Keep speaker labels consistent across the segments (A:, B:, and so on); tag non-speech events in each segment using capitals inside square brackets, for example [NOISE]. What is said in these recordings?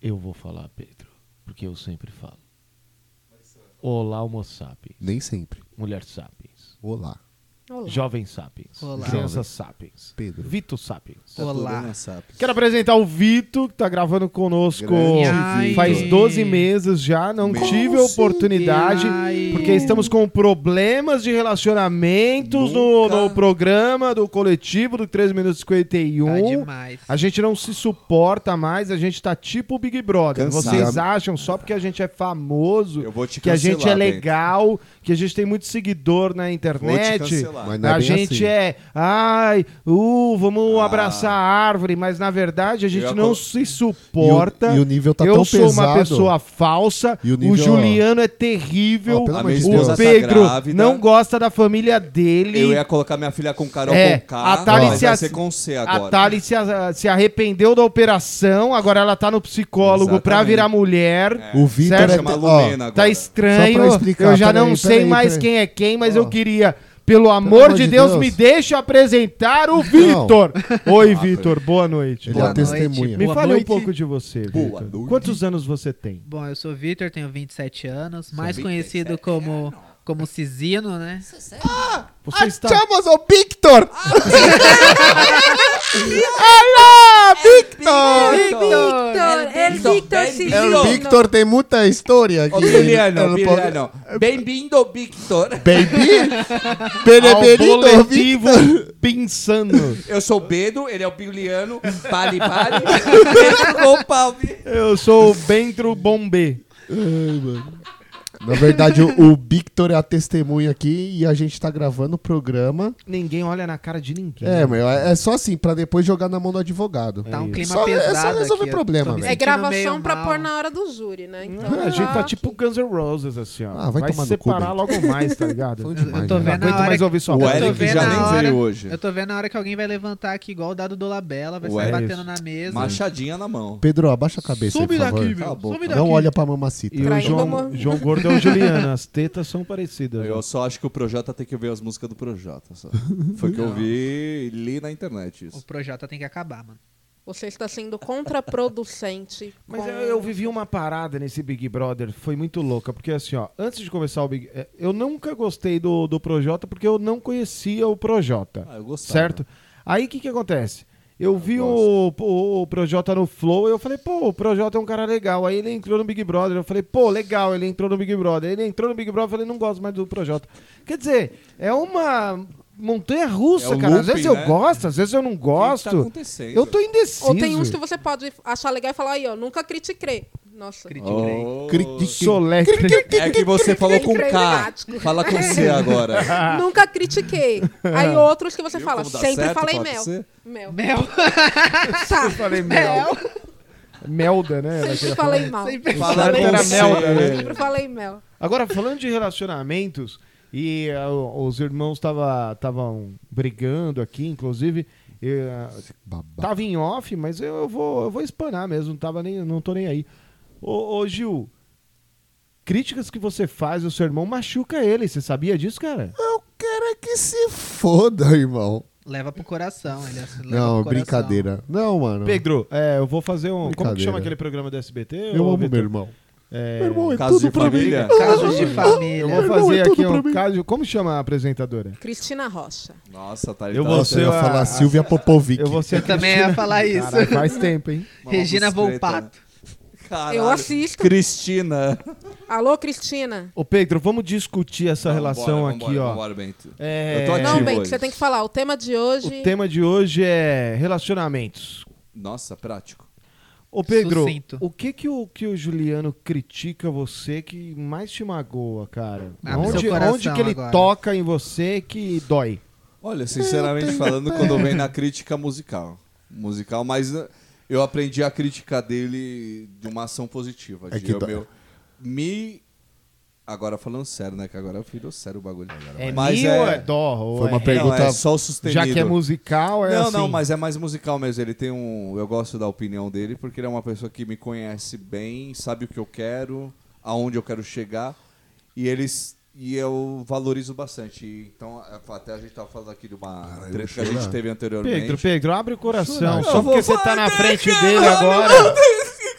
A: Eu vou falar, Pedro, porque eu sempre falo. Olá, Homo sapiens.
B: Nem sempre.
A: Mulher sapiens.
B: Olá.
C: Olá.
A: Jovem sapiens.
C: Olá.
A: Criança sapiens.
B: Pedro.
A: Vito sapiens.
C: Olá.
A: Quero apresentar o Vito, que tá gravando conosco
B: Grande
C: Vito.
A: faz
C: Ai.
A: 12 meses já, não
B: Meu.
A: tive a oportunidade,
C: Ai.
A: porque estamos com problemas de relacionamentos no,
B: Nunca.
A: no programa do coletivo do 3 minutos e
C: Tá
A: 51.
C: demais.
A: a gente não se suporta mais, a gente tá tipo o Big Brother.
B: Cansado.
A: Vocês acham só porque a gente é famoso,
D: Eu vou te
A: que a
D: cancelar,
A: gente é
D: Bento.
A: legal, que a gente tem muito seguidor na internet,
D: cancelar.
B: Mas não é
A: a
B: bem
A: gente
B: assim.
A: é, ai, uh, vamos
D: Ah.
A: abraçar a árvore, mas na verdade a gente
D: Eu ia
A: não
D: colo-
A: se suporta.
B: E o- e o nível tá
A: Eu
B: tão
A: sou uma
B: pesado.
A: pessoa falsa.
B: E o
A: O,
B: nível, ó.
A: Juliano é terrível.
B: Ó, pelo
D: A
B: amor de
D: minha
B: Deus.
D: esposa
A: o
D: tá
A: Pedro
D: grávida.
A: não gosta da família dele.
D: Eu ia colocar minha filha com Carol
A: É,
D: com K,
A: a Thalys
D: mas
A: se
D: vai
A: ac-
D: ser com C
A: A
D: agora.
A: Thali se, a- se arrependeu da operação, agora ela tá no psicólogo pra
D: Exatamente.
A: virar mulher.
D: É.
B: O Vitor
A: Certo.
B: é...
D: Chama
B: ó,
D: Lumena.
A: Tá
D: Agora.
A: estranho.
B: Só pra explicar,
A: eu já
B: peraí,
A: não sei
B: peraí,
A: mais
B: peraí.
A: quem é quem, mas
B: Ó.
A: eu queria. Pelo amor de Deus, me deixa apresentar o Vitor. [LAUGHS] Oi,
D: Ah,
A: Vitor, boa noite.
B: Ele é
C: Boa
B: a
C: noite.
B: testemunha.
A: Me
C: Boa
A: fale um
C: noite.
A: pouco de você, Vitor.
D: Boa noite.
A: Quantos anos você tem?
C: Bom, eu sou o Vitor, tenho 27 anos, mais
D: 27
C: conhecido como como Cisino, né?
A: Você
D: Ah,
A: está
B: Chamas o Victor!
C: Victor!
E: El é Victor
B: O Victor tem muita história aqui.
D: Ô, Biliano,
B: Eu não posso-
D: Biliano. Bem-vindo, Victor.
A: [LAUGHS]
B: Baby! é
A: ao
B: Beneverito,
A: coletivo
B: Victor!
A: pensando.
D: Eu sou o Pedro, ele é o Biliano. Vale,
C: [LAUGHS]
D: vale. Beijo com o pau.
A: Eu sou o Bentro Bombê.
B: Ai, mano. Na verdade, o, o Victor é a testemunha aqui e a gente tá gravando o programa.
A: Ninguém olha na cara de ninguém.
B: É, meu, é é só assim, pra depois jogar na mão do advogado.
C: Tá um
A: Isso.
C: clima
B: Só- é só
C: pesado
B: resolver
C: aqui, eu
B: problema,
C: tô me
B: velho.
E: É
C: sentindo
E: gravação
C: meio
E: pra
C: mal.
E: pôr na hora do júri, né? Então,
A: a gente tá
E: lá-
A: tipo Guns N' Roses, assim, ó.
B: Ah, vai tomar no
A: separar
B: cu,
A: logo mais, tá ligado?
B: Foi
C: Eu- Eu
B: demais,
C: tô
B: né?
A: Não
C: vendo a
A: aguento
C: hora
A: mais ouvir sua
D: O
A: voz.
C: Eu tô
D: Eric
C: vendo
D: já
C: a
D: nem
C: hora-
D: veio hoje.
C: Eu tô vendo a hora que alguém vai levantar aqui, igual o dado do Labela, vai
D: O
C: sair
D: Eric.
C: batendo na mesa.
D: Machadinha na mão.
B: Pedro, abaixa a cabeça,
A: Some
B: por favor.
A: daqui, meu.
D: Cala a boca.
A: Some daqui.
B: Não olha pra mamacita.
A: E o
E: Traindo
A: João,
E: amor.
A: João Gordo é o Juliano. As tetas são parecidas. né?
D: Eu só acho que o Projota tem que ouvir as músicas do Projota. Só. Foi que eu vi e li na internet
C: O
D: isso.
C: Projota tem que acabar, mano.
E: Você está sendo contraproducente.
A: [LAUGHS] Mas
E: com-
A: eu, eu vivi uma parada nesse Big Brother, foi muito louca, porque assim, ó, antes de começar o Big... eh, Eu nunca gostei do, do Projota, porque eu não conhecia o Projota,
D: Ah, eu gostava. Ah,
A: certo? Aí o que que acontece? Eu vi o,
D: gosto.
A: o, o Projota no Flow, eu falei, pô, o Projota é um cara legal. Aí ele entrou no Big Brother, eu falei, pô, legal, ele entrou no Big Brother. Ele entrou no Big Brother, eu falei, não gosto mais do Projota. Quer dizer, é uma montanha russa,
D: É o
A: cara. às vezes
D: looping,
A: eu
D: né?
A: gosto, às vezes eu não
D: O que tá
A: gosto.
D: acontecendo?
A: eu tô indeciso.
E: Ou tem uns que você pode achar legal e falar aí, ó, nunca critiquei. Nossa.
C: Critiquei.
D: Oh.
A: Soletre.
D: É que você falou com K.
E: Criticático.
D: Fala com C agora.
E: Nunca critiquei. Aí outros que você
D: Viu
E: fala,
D: como dá
E: sempre
D: certo
E: falei
D: falar com
E: mel.
D: você?
A: [LAUGHS]
C: [LAUGHS]
E: Mel.
C: Mel,
A: Eu [LAUGHS]
E: [LAUGHS]
A: falei mel. Melda, né? Ela [LAUGHS]
E: Sempre
A: queria
E: falei mal.
C: sempre
D: Fala
A: Era
D: com C.
A: melda, né?
E: Sempre falei mel.
A: falar. Agora, falando de relacionamentos, e ah, o- os irmãos estavam brigando aqui, inclusive. eu, ah,
B: Babá.
A: tava em off, mas eu, eu vou, eu vou espanar mesmo, não, tava nem, não tô nem aí. Ô, ô, Gil, críticas que você faz, o seu irmão machuca ele. Você sabia disso, cara?
B: Eu quero é que se foda, irmão.
C: leva pro coração. Ele é assim, leva
B: Não,
C: pro coração.
B: brincadeira. Não, mano.
A: Pedro, é, eu vou fazer um. Como que
B: Brincadeira.
A: chama aquele programa do SBT?
B: Eu
A: ô,
B: amo
A: Vitor?
B: meu irmão.
A: É,
B: Meu irmão é
D: Caso
B: tudo
D: de
B: pra mim.
D: família.
C: Casos Um de família.
A: Eu vou
B: Meu irmão
A: fazer
B: é tudo
A: aqui um
B: pra mim.
A: caso. Como chama a apresentadora?
E: Cristina Rocha.
D: Nossa, tá
A: Eu vou
B: Nossa, eu ia
A: Você, a-
B: falar Silvia Popovic.
A: Eu vou ser
C: Eu também ia falar isso. [LAUGHS]
A: Caralho, faz tempo, hein?
C: Regina Volpato.
E: Eu assisto.
D: Cristina.
E: Alô, Cristina.
A: Ô, Pedro, vamos discutir essa relação
D: Vambora,
A: aqui,
D: vambora,
A: ó.
D: vambora, Bento.
A: É,
D: Eu tô ativo.
E: Não, bem,
D: hoje.
E: você tem que falar. O tema de hoje.
A: O tema de hoje é relacionamentos.
D: Nossa, prático.
A: Ô, Pedro,
C: Sucinto.
A: o que que o, que o Juliano critica você que mais te magoa, cara?
C: Abre seu
A: onde,
C: é coração
A: onde que ele
C: agora.
A: toca em você que dói?
D: Olha, sinceramente falando, quando vem na crítica musical. Musical, mas uh, eu aprendi a crítica dele de uma ação positiva.
B: É
D: de
B: que
D: eu,
B: dó-
D: meu, me. Agora falando sério, né? Que agora virou sério o bagulho.
A: É
D: mas
A: mil ou é
D: é...
A: dó? Ou
B: Foi uma
A: é-
B: per-
D: Não,
B: Pergunta-
D: é só o sustenido.
A: Já que é musical, é
D: não,
A: assim.
D: não, mas é mais musical mesmo. Ele tem um. Eu gosto da opinião dele, porque ele é uma pessoa que me conhece bem, sabe o que eu quero, aonde eu quero chegar. E eles. E eu valorizo bastante. Então, a- até a gente tava falando aqui de uma treta que a gente teve anteriormente.
A: Pedro, Pedro, abre o coração.
B: Chorar.
A: Só
D: Eu vou
A: porque você tá na frente dele agora.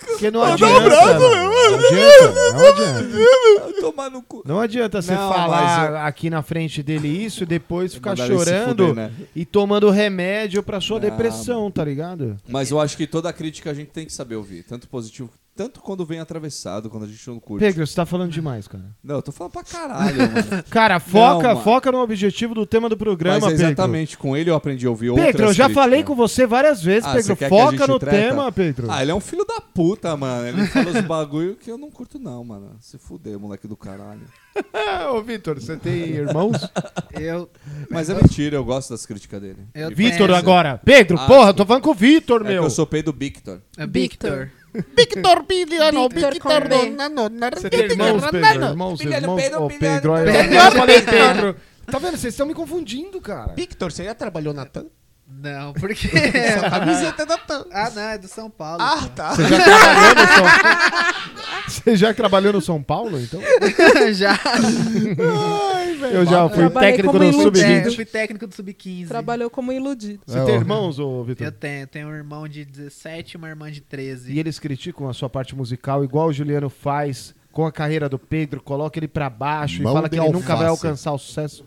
A: Porque não
B: Não
A: adianta.
B: adianta, Não adianta, não adianta.
D: Tomar no cu.
A: Não adianta você
D: Não,
A: falar aqui na frente dele isso e depois ficar
D: Mandar ele se
A: chorando
D: fuder, né? Ah,
A: e tomando remédio pra sua
D: Não.
A: depressão, tá ligado?
D: Mas eu acho que toda crítica a gente tem que saber ouvir. Tanto positivo, tanto quando vem atravessado, quando a gente não curte.
A: Pedro, você tá falando demais, cara.
D: Não, eu tô falando pra caralho, [LAUGHS] mano.
A: Cara, foca,
D: mano.
A: foca no objetivo do tema do programa,
D: Mas é
A: Pedro.
D: exatamente com ele eu aprendi a ouvir outras
A: Pedro, eu já
D: críticas.
A: falei com você várias vezes,
D: Ah,
A: Pedro.
D: você quer que a
A: Foca
D: gente
A: no
D: treta?
A: tema, Pedro.
D: Ah, ele é um filho da puta, mano. Ele fala os bagulho que eu não curto não, mano. Se fuder, moleque do caralho. é.
A: Ô, Vitor, você
D: [LAUGHS]
A: tem irmãos?
C: Eu,
D: Mas é mentira, eu gosto das críticas dele.
C: eu
A: Vitor
C: tenho-
A: agora. Pedro,
D: Ah,
A: porra, eu tô falando com o Vitor,
D: É que
A: meu.
D: eu sou peido Victor.
C: É Victor.
B: Victor Biliano,
E: Victor
B: Victor
E: Condé.
B: Donano,
A: Você tem irmãos, Pedro? Irmãos, irmãos. Ô, Pedro, olha,
C: Pedro,
A: eu falei Pedro. Tá vendo? Vocês estão me confundindo, cara.
B: Victor, você já trabalhou na [LAUGHS] TAM?
C: Não,
E: [LAUGHS]
C: porque.
B: Sua camiseta é da TAM.
C: ah, não, é do São Paulo.
B: Ah, tá.
A: Você já trabalhou no São Paulo? Você já trabalhou no São Paulo, então?
C: pô. [LAUGHS] já.
A: Eu já fui
E: Trabalhei
A: técnico
E: como
A: no
E: iludido.
C: É, eu
A: Sub-20.
C: fui técnico do Sub-15.
E: Trabalhou como iludido.
A: Você tem irmãos, ô
C: Eu
A: Vitor?
C: tenho, eu tenho um irmão de 17 e uma irmã de 13.
A: E eles criticam a sua parte musical, igual o Juliano faz com a carreira do Pedro, coloca ele pra baixo
B: Mão
A: e fala que
B: de
A: ele nunca vai
B: alface.
A: alcançar o sucesso.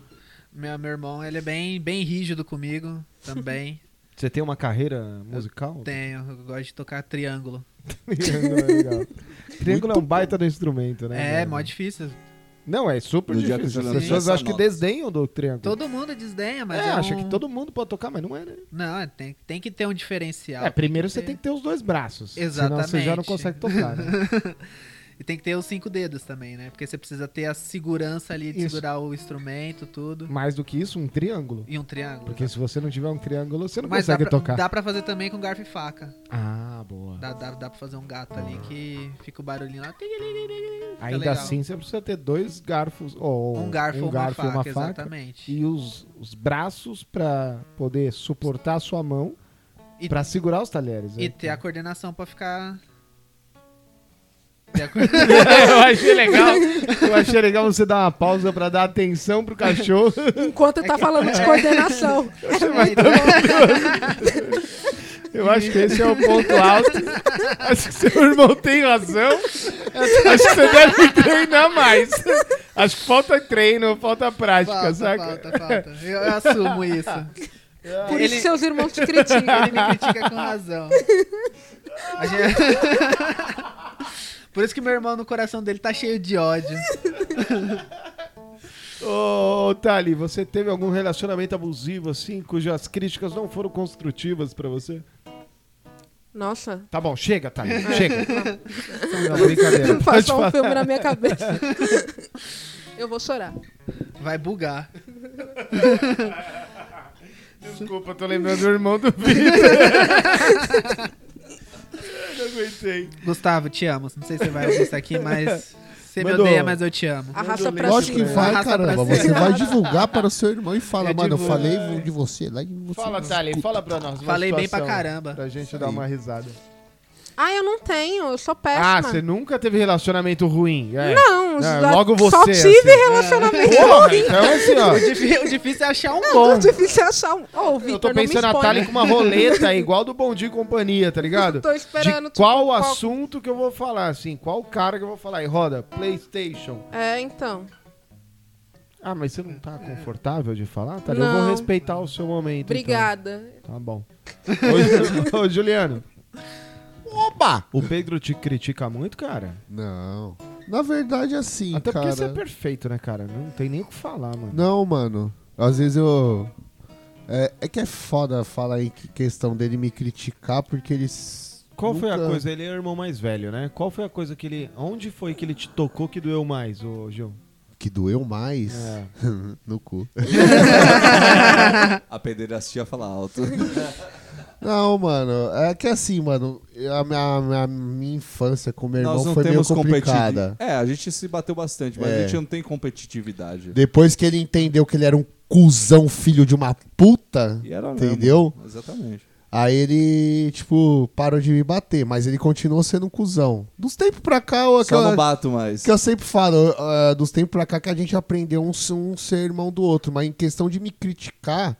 C: Meu, meu irmão, ele é bem, bem rígido comigo
A: [LAUGHS]
C: também.
A: Você tem uma carreira musical?
C: Tenho, eu gosto de tocar triângulo.
A: [LAUGHS] Triângulo é legal. Triângulo é um baita do instrumento, né?
C: É, mó difícil.
A: Não, é super
D: No dia que
A: difícil.
D: o
A: As
D: Juliano
A: pessoas
D: essa
A: acham que
D: nota.
A: desdenham do triângulo.
C: Todo mundo desdenha, mas
A: é,
C: é
A: acha
C: um-
A: que todo mundo pode tocar, mas não é, né?
C: Não, tem, tem que ter um diferencial.
A: É, primeiro
C: que
A: você
C: ter-
A: tem que ter os dois braços. Senão você já não
C: Exatamente.
A: consegue tocar, né?
C: [LAUGHS] E tem que ter os cinco dedos também, né? Porque você precisa ter a segurança ali de
A: Isso.
C: segurar o instrumento, tudo.
A: Mais do que isso, um triângulo.
C: E um triângulo.
A: Porque se você não tiver um triângulo, você não
C: Mas dá
A: consegue
C: pra,
A: tocar.
C: dá pra fazer também com garfo e faca.
A: Ah, boa.
C: Dá, dá, dá pra fazer um gato ali
A: Ah.
C: que fica o barulhinho lá. Fica
A: Ainda
C: legal.
A: assim, você precisa ter dois garfos. Ou
C: Um garfo ou uma faca, exatamente.
A: E os, os braços pra poder suportar a sua mão
C: E-
A: pra segurar os talheres.
C: E
A: né?
C: ter a coordenação pra ficar. Ter a co-
A: [LAUGHS] eu achei legal. Eu achei legal você dar uma pausa pra dar atenção pro cachorro.
E: Enquanto tá falando de coordenação.
C: Então
A: Eu acho que esse é
C: [LAUGHS]
A: o ponto alto. Acho que seu irmão tem razão. Acho que você deve treinar mais. Acho que falta treino, falta prática,
C: falta,
A: saca?
C: falta, falta. Eu, eu
A: [LAUGHS]
C: assumo isso.
E: Por
C: Ele-
E: isso seus irmãos te criticam.
C: Ele me critica com razão. A gente- Por isso que meu irmão no coração dele tá cheio de ódio.
A: Ô, ô, Thali, você teve algum relacionamento abusivo, assim, cujas críticas não foram construtivas pra você?
E: Nossa.
A: Tá bom, chega, [LAUGHS] Thali, chega. Não, brincadeira. É. Pode
E: [LAUGHS] Passou um
A: falar.
E: filme na minha cabeça. [LAUGHS] Eu vou chorar.
C: Vai bugar.
A: Desculpa, tô lembrando do irmão do Vitor. [LAUGHS] não aguentei.
C: Gustavo, te amo. Não sei se você vai ouvir isso aqui, mas. Você
A: Mandou.
C: me odeia, mas eu te amo.
E: Arrasta pra
B: Lógico que
E: cima.
B: vai,
C: Arrasta pra
B: caramba.
C: cima.
B: Você [LAUGHS] vai divulgar para o seu irmão e fala,
C: Eu
B: mano, eu
C: divulgo.
B: falei de você lá e você.
A: Fala,
B: não
A: Thali,
B: escuta."
A: fala pra nós. uma
C: Falei bem pra
A: situação
C: caramba.
A: Pra gente dar uma risada.
E: Ah, eu não tenho. Eu sou
A: Ah,
E: péssima.
A: você nunca teve relacionamento ruim? É.
E: Não,
A: É,
E: já-
A: logo
E: só
A: você,
E: tive
A: assim.
E: relacionamento.
A: Porra, então assim, ó.
C: O difí- o difícil é achar um
E: Não,
C: bom.
E: difícil achar um. Ô, Vitor,
A: Eu tô pensando
E: não
A: na
E: me
A: Thali
E: expõe.
A: com uma roleta é igual do Bom Dia e Companhia, tá
E: [LAUGHS]
A: ligado?
E: Tô esperando.
A: De qual
E: tipo,
A: assunto que eu vou falar, assim? Qual cara que eu vou falar? E roda, Playstation.
E: É, então.
A: Ah, mas você não tá confortável de falar, Thali? Eu
E: Não.
A: vou respeitar o seu momento.
E: Obrigada.
A: Então. Tá bom. Ô, Ju- [LAUGHS] Ô, Juliano,
B: Opa!
A: o Pedro te critica muito, cara?
B: Não. Na verdade, assim,
A: Até
B: cara.
A: porque você é perfeito, né, cara? Não tem nem o que falar, mano.
B: Não, mano. Às vezes eu. É, é que é foda falar em que- questão dele me criticar, porque eles.
A: Qual foi a
B: nunca-
A: coisa? Ele é o irmão mais velho, né? Qual foi a coisa que ele. Onde foi que ele te tocou que doeu mais, ô Gil? É,
B: Que doeu mais
D: É.
B: no cu.
D: A é pederastia fala alto.
B: Não, mano, é que assim, mano, a minha, a minha, minha infância com meu
D: Nós
B: irmão
D: não
B: foi meio
D: temos competitividade.
B: complicada.
D: É, a gente se bateu bastante, mas
B: É.
D: a gente não tem competitividade.
B: Depois que ele entendeu que ele era um cuzão filho de uma puta,
D: E era mesmo.
B: entendeu?
D: Exatamente.
B: Aí ele, tipo, parou de me bater, mas ele continuou sendo um cuzão. Dos tempos pra cá, eu, que,
D: Só não
B: eu,
D: bato mais.
B: que eu sempre falo, eh, dos tempos pra cá que a gente aprendeu um, s- um ser irmão do outro, mas em questão de me criticar,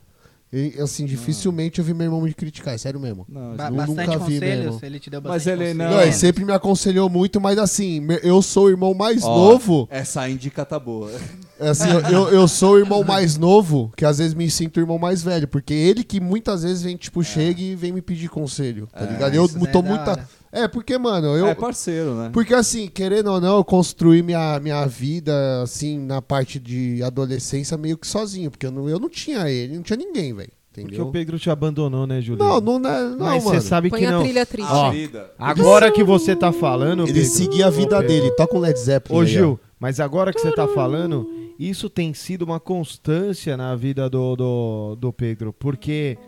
B: E, assim, dificilmente eu vi meu irmão me criticar, é sério mesmo.
D: Não,
C: Ba-
B: eu
C: bastante
B: nunca vi né,
C: conselhos,
B: mesmo.
C: ele te deu
D: Mas
C: bastante É.
D: ele é, não-
B: Não, ele sempre me aconselhou muito, mas assim, me- eu sou o irmão mais
D: Ó,
B: novo.
D: Essa indica tá boa.
B: Assim, eu- eu, eu sou o irmão mais novo, que às vezes me sinto o irmão mais velho, porque ele que muitas vezes vem, tipo, chega e vem me pedir conselho, tá ligado? Eu
C: isso daí é
B: tô
C: da
B: muita.
C: hora.
B: É, porque, mano, eu.
D: É parceiro, né?
B: Porque assim, querendo ou não, eu construí minha, minha vida, assim, na parte de adolescência meio que sozinho, porque eu não, eu não tinha ele, não tinha ninguém, velho.
A: Porque o
B: Entendeu?
A: Pedro te abandonou, né, Julinho?
B: Não, não, não, não
A: Mas
B: mano.
A: você sabe
E: Põe
A: que
E: a
A: não.
E: trilha triste.
D: Ah.
A: Ó,
D: Vida.
A: Agora que você tá falando.
B: Ele
A: Pedro-
B: seguia a vida dele, toca um Led Zeppelin.
A: Ô
B: aí, ó.
A: Gil, mas agora que você tá falando, isso tem sido uma constância na vida do, do, do Pedro, porque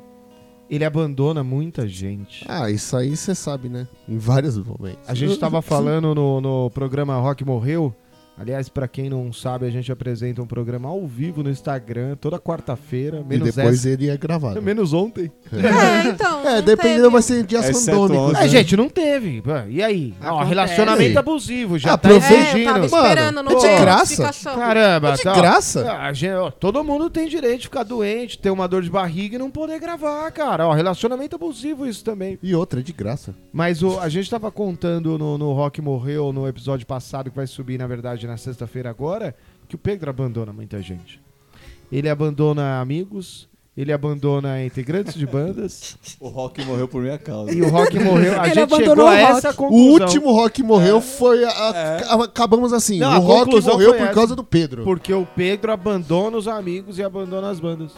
A: ele abandona muita gente.
B: Ah, isso aí você sabe, né? Em vários momentos.
A: A gente tava falando no, no programa Rock Morreu. Aliás, pra quem não sabe, a gente apresenta um programa ao vivo no Instagram, toda quarta-feira,
B: [LAUGHS] E
A: menos
B: depois
A: essa.
B: ele é gravado.
A: [LAUGHS] Menos ontem.
E: É, então.
B: É,
E: não
B: dependendo,
E: teve.
B: vai ser dias
D: Exceto
B: randômicos.
D: ontem.
A: É, gente, não teve. Pô, E aí? Ó,
C: Acontece.
A: relacionamento abusivo, já
B: Ah,
A: tá
B: aproveita-
E: É, eu
A: exigindo.
E: tava
B: Mano,
E: esperando,
B: é
E: não
B: de
E: tinha
B: graça?
E: notificação.
A: Caramba,
B: Tá de
A: tá.
B: graça?
A: Ah, gente, ó, todo mundo tem direito de ficar doente, ter uma dor de barriga e não poder gravar, cara. Ó, relacionamento abusivo isso também.
B: E outra, é de graça.
A: Mas o- a gente tava contando no, no Rock Morreu, no episódio passado, que vai subir, na verdade, na sexta-feira agora, que o Pedro abandona muita gente. Ele abandona amigos, ele abandona integrantes de bandas,
D: O Rock morreu por minha causa.
A: e o Rock Morreu... A
F: Ele
A: gente chegou
F: abandonou
A: a
F: o rock.
A: essa
B: O
A: conclusão. É.
B: último rock morreu foi. a- a- a- acabamos assim.
A: Não,
B: o
A: a
B: rock
A: conclusão
B: morreu
A: foi
B: por
A: essa.
B: causa do Pedro.
A: Porque o Pedro abandona os amigos e abandona as bandas.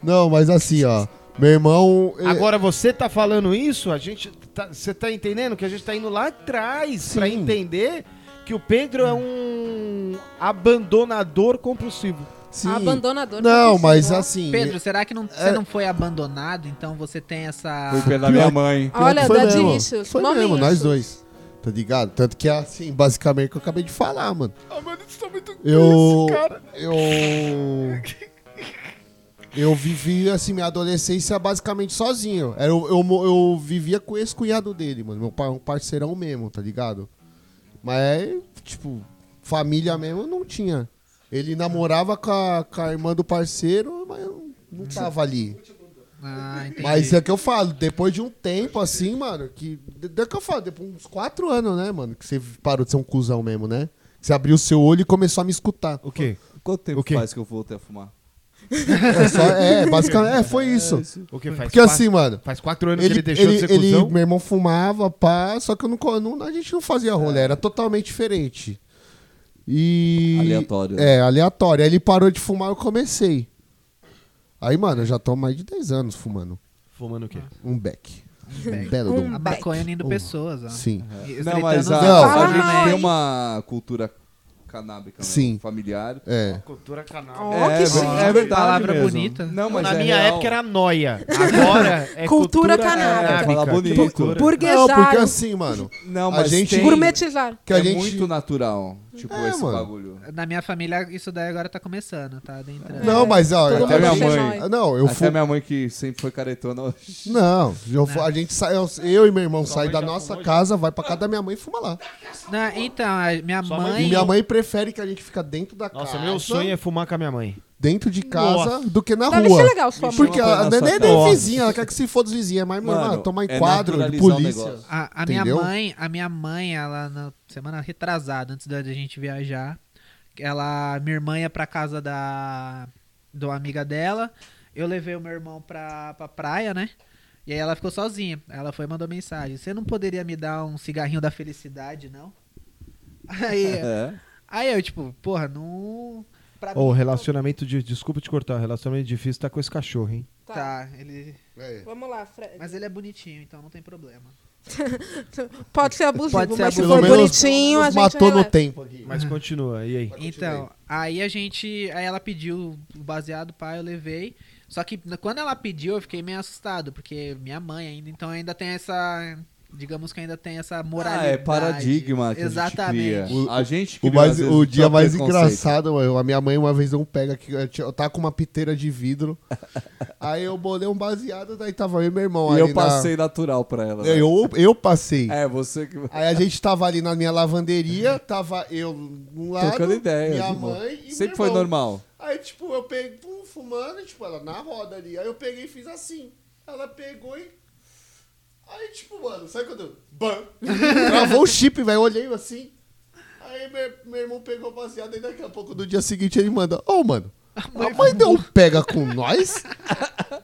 B: Não, mas assim, ó. Meu irmão. é-
A: Agora você tá falando isso, a gente tá, você tá entendendo que a gente tá indo lá atrás pra
B: Sim.
A: entender que o Pedro é um abandonador compulsivo.
B: sim.
E: Abandonador.
B: Não,
E: compulsivo.
B: mas assim.
C: Pedro, será que não, você não foi abandonado? Então você tem essa.
D: É. Foi um pela minha mãe.
B: pior que
E: Olha,
B: foi
E: da de um
B: mesmo.
E: lixos.
B: Foi
E: Mami
B: mesmo, nós
E: lixos.
B: dois. Tá ligado? Tanto que, assim, basicamente, que eu acabei de falar, mano.
A: Ah, tá
B: Eu. Eu. Eu vivi, assim, minha adolescência basicamente sozinho. Era, eu, eu, mo- eu vivia com esse cunhado dele, mano. Meu pai é um parceirão mesmo, tá ligado? Mas, tipo, família mesmo eu não tinha. Ele namorava com a, com a irmã do parceiro, mas eu não tava ali.
C: Ah, entendi.
B: Mas é que eu falo, depois de um tempo assim, mano, que. É que eu falo, depois de uns quatro anos, né, mano, que você parou de ser um cuzão mesmo, né? Você abriu o seu olho e começou a me escutar.
A: O quê?
D: Quanto tempo
A: O quê?
D: faz que eu voltei a fumar?
B: É, só- é, basicamente, é, foi isso.
A: O que faz?
B: Porque
A: quatro,
B: assim, mano,
A: faz quatro anos
B: ele,
A: que ele deixou de ser
B: ele-
A: cuzão.
B: meu irmão fumava, pá, só que eu não, co- não- a gente não fazia rolê, era totalmente diferente. E.
D: Aleatório.
B: É, aleatório. Aí ele parou de fumar, eu comecei. Aí, mano, eu já tô há mais de 10 anos fumando
A: Fumando o quê?
B: um beck.
C: beck.
B: Um belo de um
C: A maconha unindo
B: Uma.
C: pessoas, ó.
B: Sim.
D: Não, mas
C: é
D: a,
B: Não.
D: a gente
E: Ai.
D: tem uma cultura canábica, né?
B: Sim.
D: familiar.
B: É.
A: Cultura canal.
E: Ó, que
D: ver-
E: chique.
D: é verdade
C: Palavra
D: mesmo.
C: bonita.
D: Não, mas
A: Na
D: é
A: minha
D: real.
A: época era noia. Agora é cultura,
E: Cultura
A: canábica.
E: canábica.
D: Fala bonito.
A: Cultura.
B: Não, porque
E: Burguejar,
B: assim, mano.
D: Não,
B: A
D: mas
B: gente-
D: tem-
E: gourmetizar.
B: Que a
D: é
B: gente.
D: muito natural, tipo,
B: É,
D: esse
B: mano.
D: bagulho.
C: Na minha família, isso daí agora tá começando, tá? Adentrando.
B: Não, mas ó.
E: Todo
B: eu-
D: Até
E: mundo
D: minha
E: ser
D: mãe.
E: nóis.
B: Não, eu
D: Até
B: fui.
D: minha mãe que sempre foi caretona. hoje.
B: Não, eu fu- a gente sai, eu, eu e meu irmão sai da nossa casa, vai pra casa da minha mãe e fuma lá.
C: Não, então, a minha
A: Sua mãe-
B: E
C: mãe.
B: minha mãe prefere que a gente fica dentro da
A: Nossa,
B: casa.
A: meu sonho é fumar com a minha mãe.
B: dentro de casa
A: Nossa.
B: do que na
E: Deve
B: rua.
E: ser legal sua mãe.
B: Porque
D: Chama pra
B: ela
D: nossa
B: nem, nem
A: casa.
B: é vizinha, ela quer que se foda os vizinhos, é mais mano,
D: Mano,
B: tomar em
D: é
B: quadro de
D: naturalizar o
B: polícia.
D: negócio.
C: A, a minha
B: Entendeu?
C: mãe, a minha mãe, ela na semana retrasada, antes da da gente viajar, ela, minha irmã ia pra casa da do amiga dela. Eu levei o meu irmão pra, pra praia, né? E aí ela ficou sozinha. Ela foi e mandou mensagem: "Você não poderia me dar um cigarrinho da felicidade, não?" [LAUGHS] Aí,
D: É.
C: aí eu tipo, porra, não pra
A: Ô,
C: mim,
A: relacionamento de. Desculpa te cortar, relacionamento difícil tá com esse cachorro, hein?
C: tá, ele,
E: Vamos lá, Fred.
C: mas ele é bonitinho, então não tem problema.
E: Pode ser abusivo,
C: Pode ser
E: mas se
C: abusivo.
B: Pelo
E: for
B: menos
E: bonitinho, a
B: nos
E: gente
B: matou no
E: releva.
B: tempo aqui.
A: Mas continua, e aí?
C: Então, aí a gente. Aí ela pediu o baseado, pai, eu levei. Só que n- quando ela pediu, eu fiquei meio assustado, porque minha mãe ainda, então ainda tem essa. Digamos que ainda tem essa moralidade.
D: Ah, é paradigma que a gente
C: Exatamente.
D: cria. a gente
B: O,
D: cria,
B: mais-
D: às vezes,
B: o dia
D: só
B: mais
D: preconceito.
B: engraçado, mano, a minha mãe uma vez não pega que eu tinha- eu tava com uma piteira de
D: [LAUGHS]
B: vidro. aí eu bolei um baseado, daí tava eu e meu irmão
D: E
B: ali
D: eu
B: na- É,
D: passei natural pra ela. né?
B: Eu, eu passei.
D: É, você que...
B: Aí a gente tava ali na minha lavanderia, tava eu de um lado,
D: Trocando ideia.
B: minha
D: de boa.
B: mãe e meu
D: Sempre foi
B: irmão.
D: normal.
B: Aí Aí, tipo, eu peguei, pum, fumando, tipo, ela na roda ali. Aí eu peguei e fiz assim. Ela pegou e. Aí, tipo, mano, sabe quando. eu-
D: [LAUGHS]
B: Bam! Travou o chip, velho. eu Olhei assim. Aí meu, meu irmão pegou baseado e daqui a pouco, no dia seguinte, ele manda: Ô, mano, a mãe deu um pega com
D: [LAUGHS]
B: nós?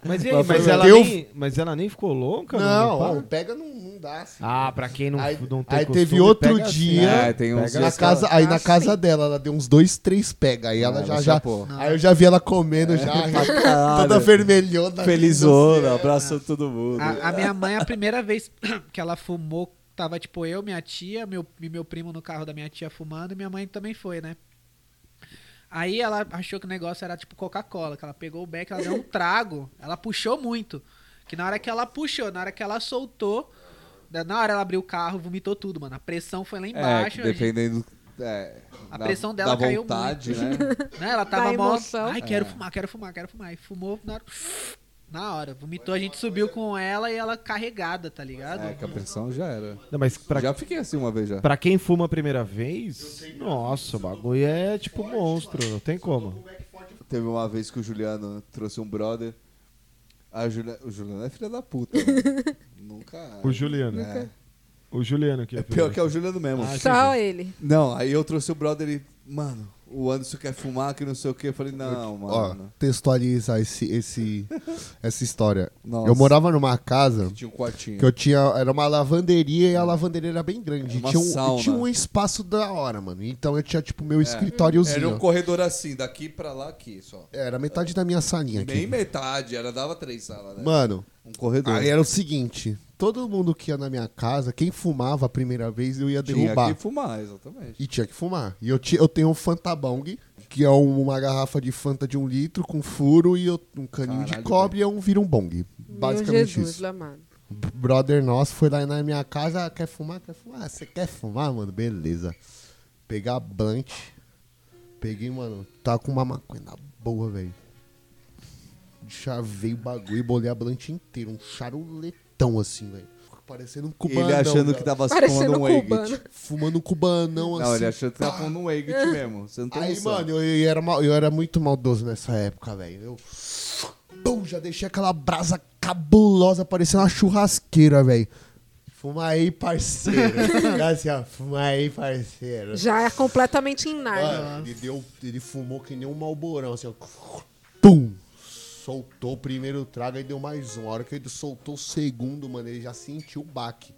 A: Mas e aí?
B: Mas foi
A: Mas
B: meu
A: ela,
B: Deus.
A: nem, mas ela nem ficou louca?
B: Não,
A: mano?
B: ó, o pega não, não dá assim.
A: Ah, pra quem não,
B: Aí-
A: não tem
B: aí teve
A: costume,
B: outro
A: pega assim, né?
B: dia-
D: É, tem uns
A: Pega
B: Na
D: dias que
B: casa, aí na
C: assim.
B: casa dela, ela deu uns dois, três pega. Aí ela
D: Ah,
B: já,
D: mas
B: já.
D: chapou.
B: Aí eu já vi ela comendo já, [LAUGHS] toda
D: caralho. Tá
B: vermelhona.
D: Felizona,
B: rindo, assim,
D: abraçou todo mundo. É,
C: A, a
D: [LAUGHS]
C: minha mãe, a primeira vez [CLEARS THROAT] que ela fumou, tava tipo eu, minha tia, meu, e meu primo no carro da minha tia fumando, e minha mãe também foi, né? Aí ela achou que o negócio era tipo Coca-Cola, que ela pegou o beck, ela deu
D: [LAUGHS]
C: um trago, ela puxou muito. Que na hora que ela puxou, na hora que ela soltou, da- na hora ela abriu o carro, vomitou tudo, mano. A pressão foi lá
D: É, que
C: embaixo. a gente-
D: dependendo. é,
C: A pressão dela
D: da
C: caiu
D: vontade,
C: [LAUGHS]
D: né?
C: né? Ela tava
E: Da
C: mó.
E: emoção.
C: Ai,
D: É.
C: quero fumar, quero fumar, quero fumar. E fumou na hora. Na hora, vomitou, a gente subiu com ela e ela carregada, tá ligado?
D: É, que a pressão já era.
A: Não, mas pra,
D: Já fiquei assim uma vez já.
A: pra quem fuma a primeira vez, nossa, o bagulho é tipo monstro, não tem como.
D: Teve uma vez que o Juliano trouxe um brother. A Julia... O Juliano é filha da puta.
C: [LAUGHS]
D: né? Nunca.
A: O Juliano.
D: É.
A: O Juliano aqui.
D: É pior que é o Juliano mesmo.
E: Só ele.
D: Não, aí eu trouxe o brother e. Mano, o Anderson quer fumar, que não sei o que. Eu falei, não,
B: Ó,
D: mano.
B: textualizar esse, esse, essa história.
D: Nossa.
B: Eu morava numa casa
D: Tinha um quartinho.
B: que eu tinha. Era uma lavanderia e a lavanderia era bem grande.
D: Era uma
B: tinha, um,
D: sauna.
B: tinha um espaço da hora, mano. Então eu tinha, tipo, meu escritóriozinho.
D: Era
B: Era,
D: um corredor assim, daqui pra lá, aqui só.
B: metade da minha salinha
D: Nem
B: aqui.
D: metade, era dava três salas, né?
B: Mano,
D: Um corredor.
B: aí era o seguinte: todo mundo que ia na minha casa, quem fumava a primeira vez, eu ia
D: tinha
B: derrubar.
D: que fumar, exatamente.
B: E tinha que fumar. E eu, ti- eu tenho um Fanta Bong, que é um- uma garrafa de Fanta de um litro com furo e eu- um caninho de
D: Caralho,
B: cobre e um vira um bong.
E: Meu
B: Basicamente
E: Jesus,
B: isso.
E: amado.
B: B- Brother nosso foi lá na minha casa, "Ah, quer fumar? Quer fumar? Ah, Você quer fumar, mano? Beleza. Pegar blunt. Peguei, mano, tá com uma maconha boa, velho. Chavei o bagulho e bolei a blunt inteira. Um charuletão assim, velho. Parecendo um cubanão.
D: ele achando que
B: velho.
D: tava
E: Parecendo
D: fumando um
E: um
D: Eggit.
E: cubano.
B: Fumando um cubanão assim.
D: Não, ele achou que tava fumando um [LAUGHS] Eggit mesmo. Você não tem
B: Aí,
D: noção.
B: mano, eu, eu era mal- eu era muito maldoso nessa época, velho. Eu pum, já deixei aquela brasa cabulosa, parecendo uma churrasqueira, velho. Fuma aí,
D: [LAUGHS]
B: parceiro. Dá assim, ó, fuma aí, parceiro.
E: Já é completamente em nada.
B: Mano, ele, deu, ele fumou que nem um malborão, assim, ó. Pum! Soltou o primeiro trago e deu mais um. A hora que ele soltou o segundo, mano, ele já sentiu o baque.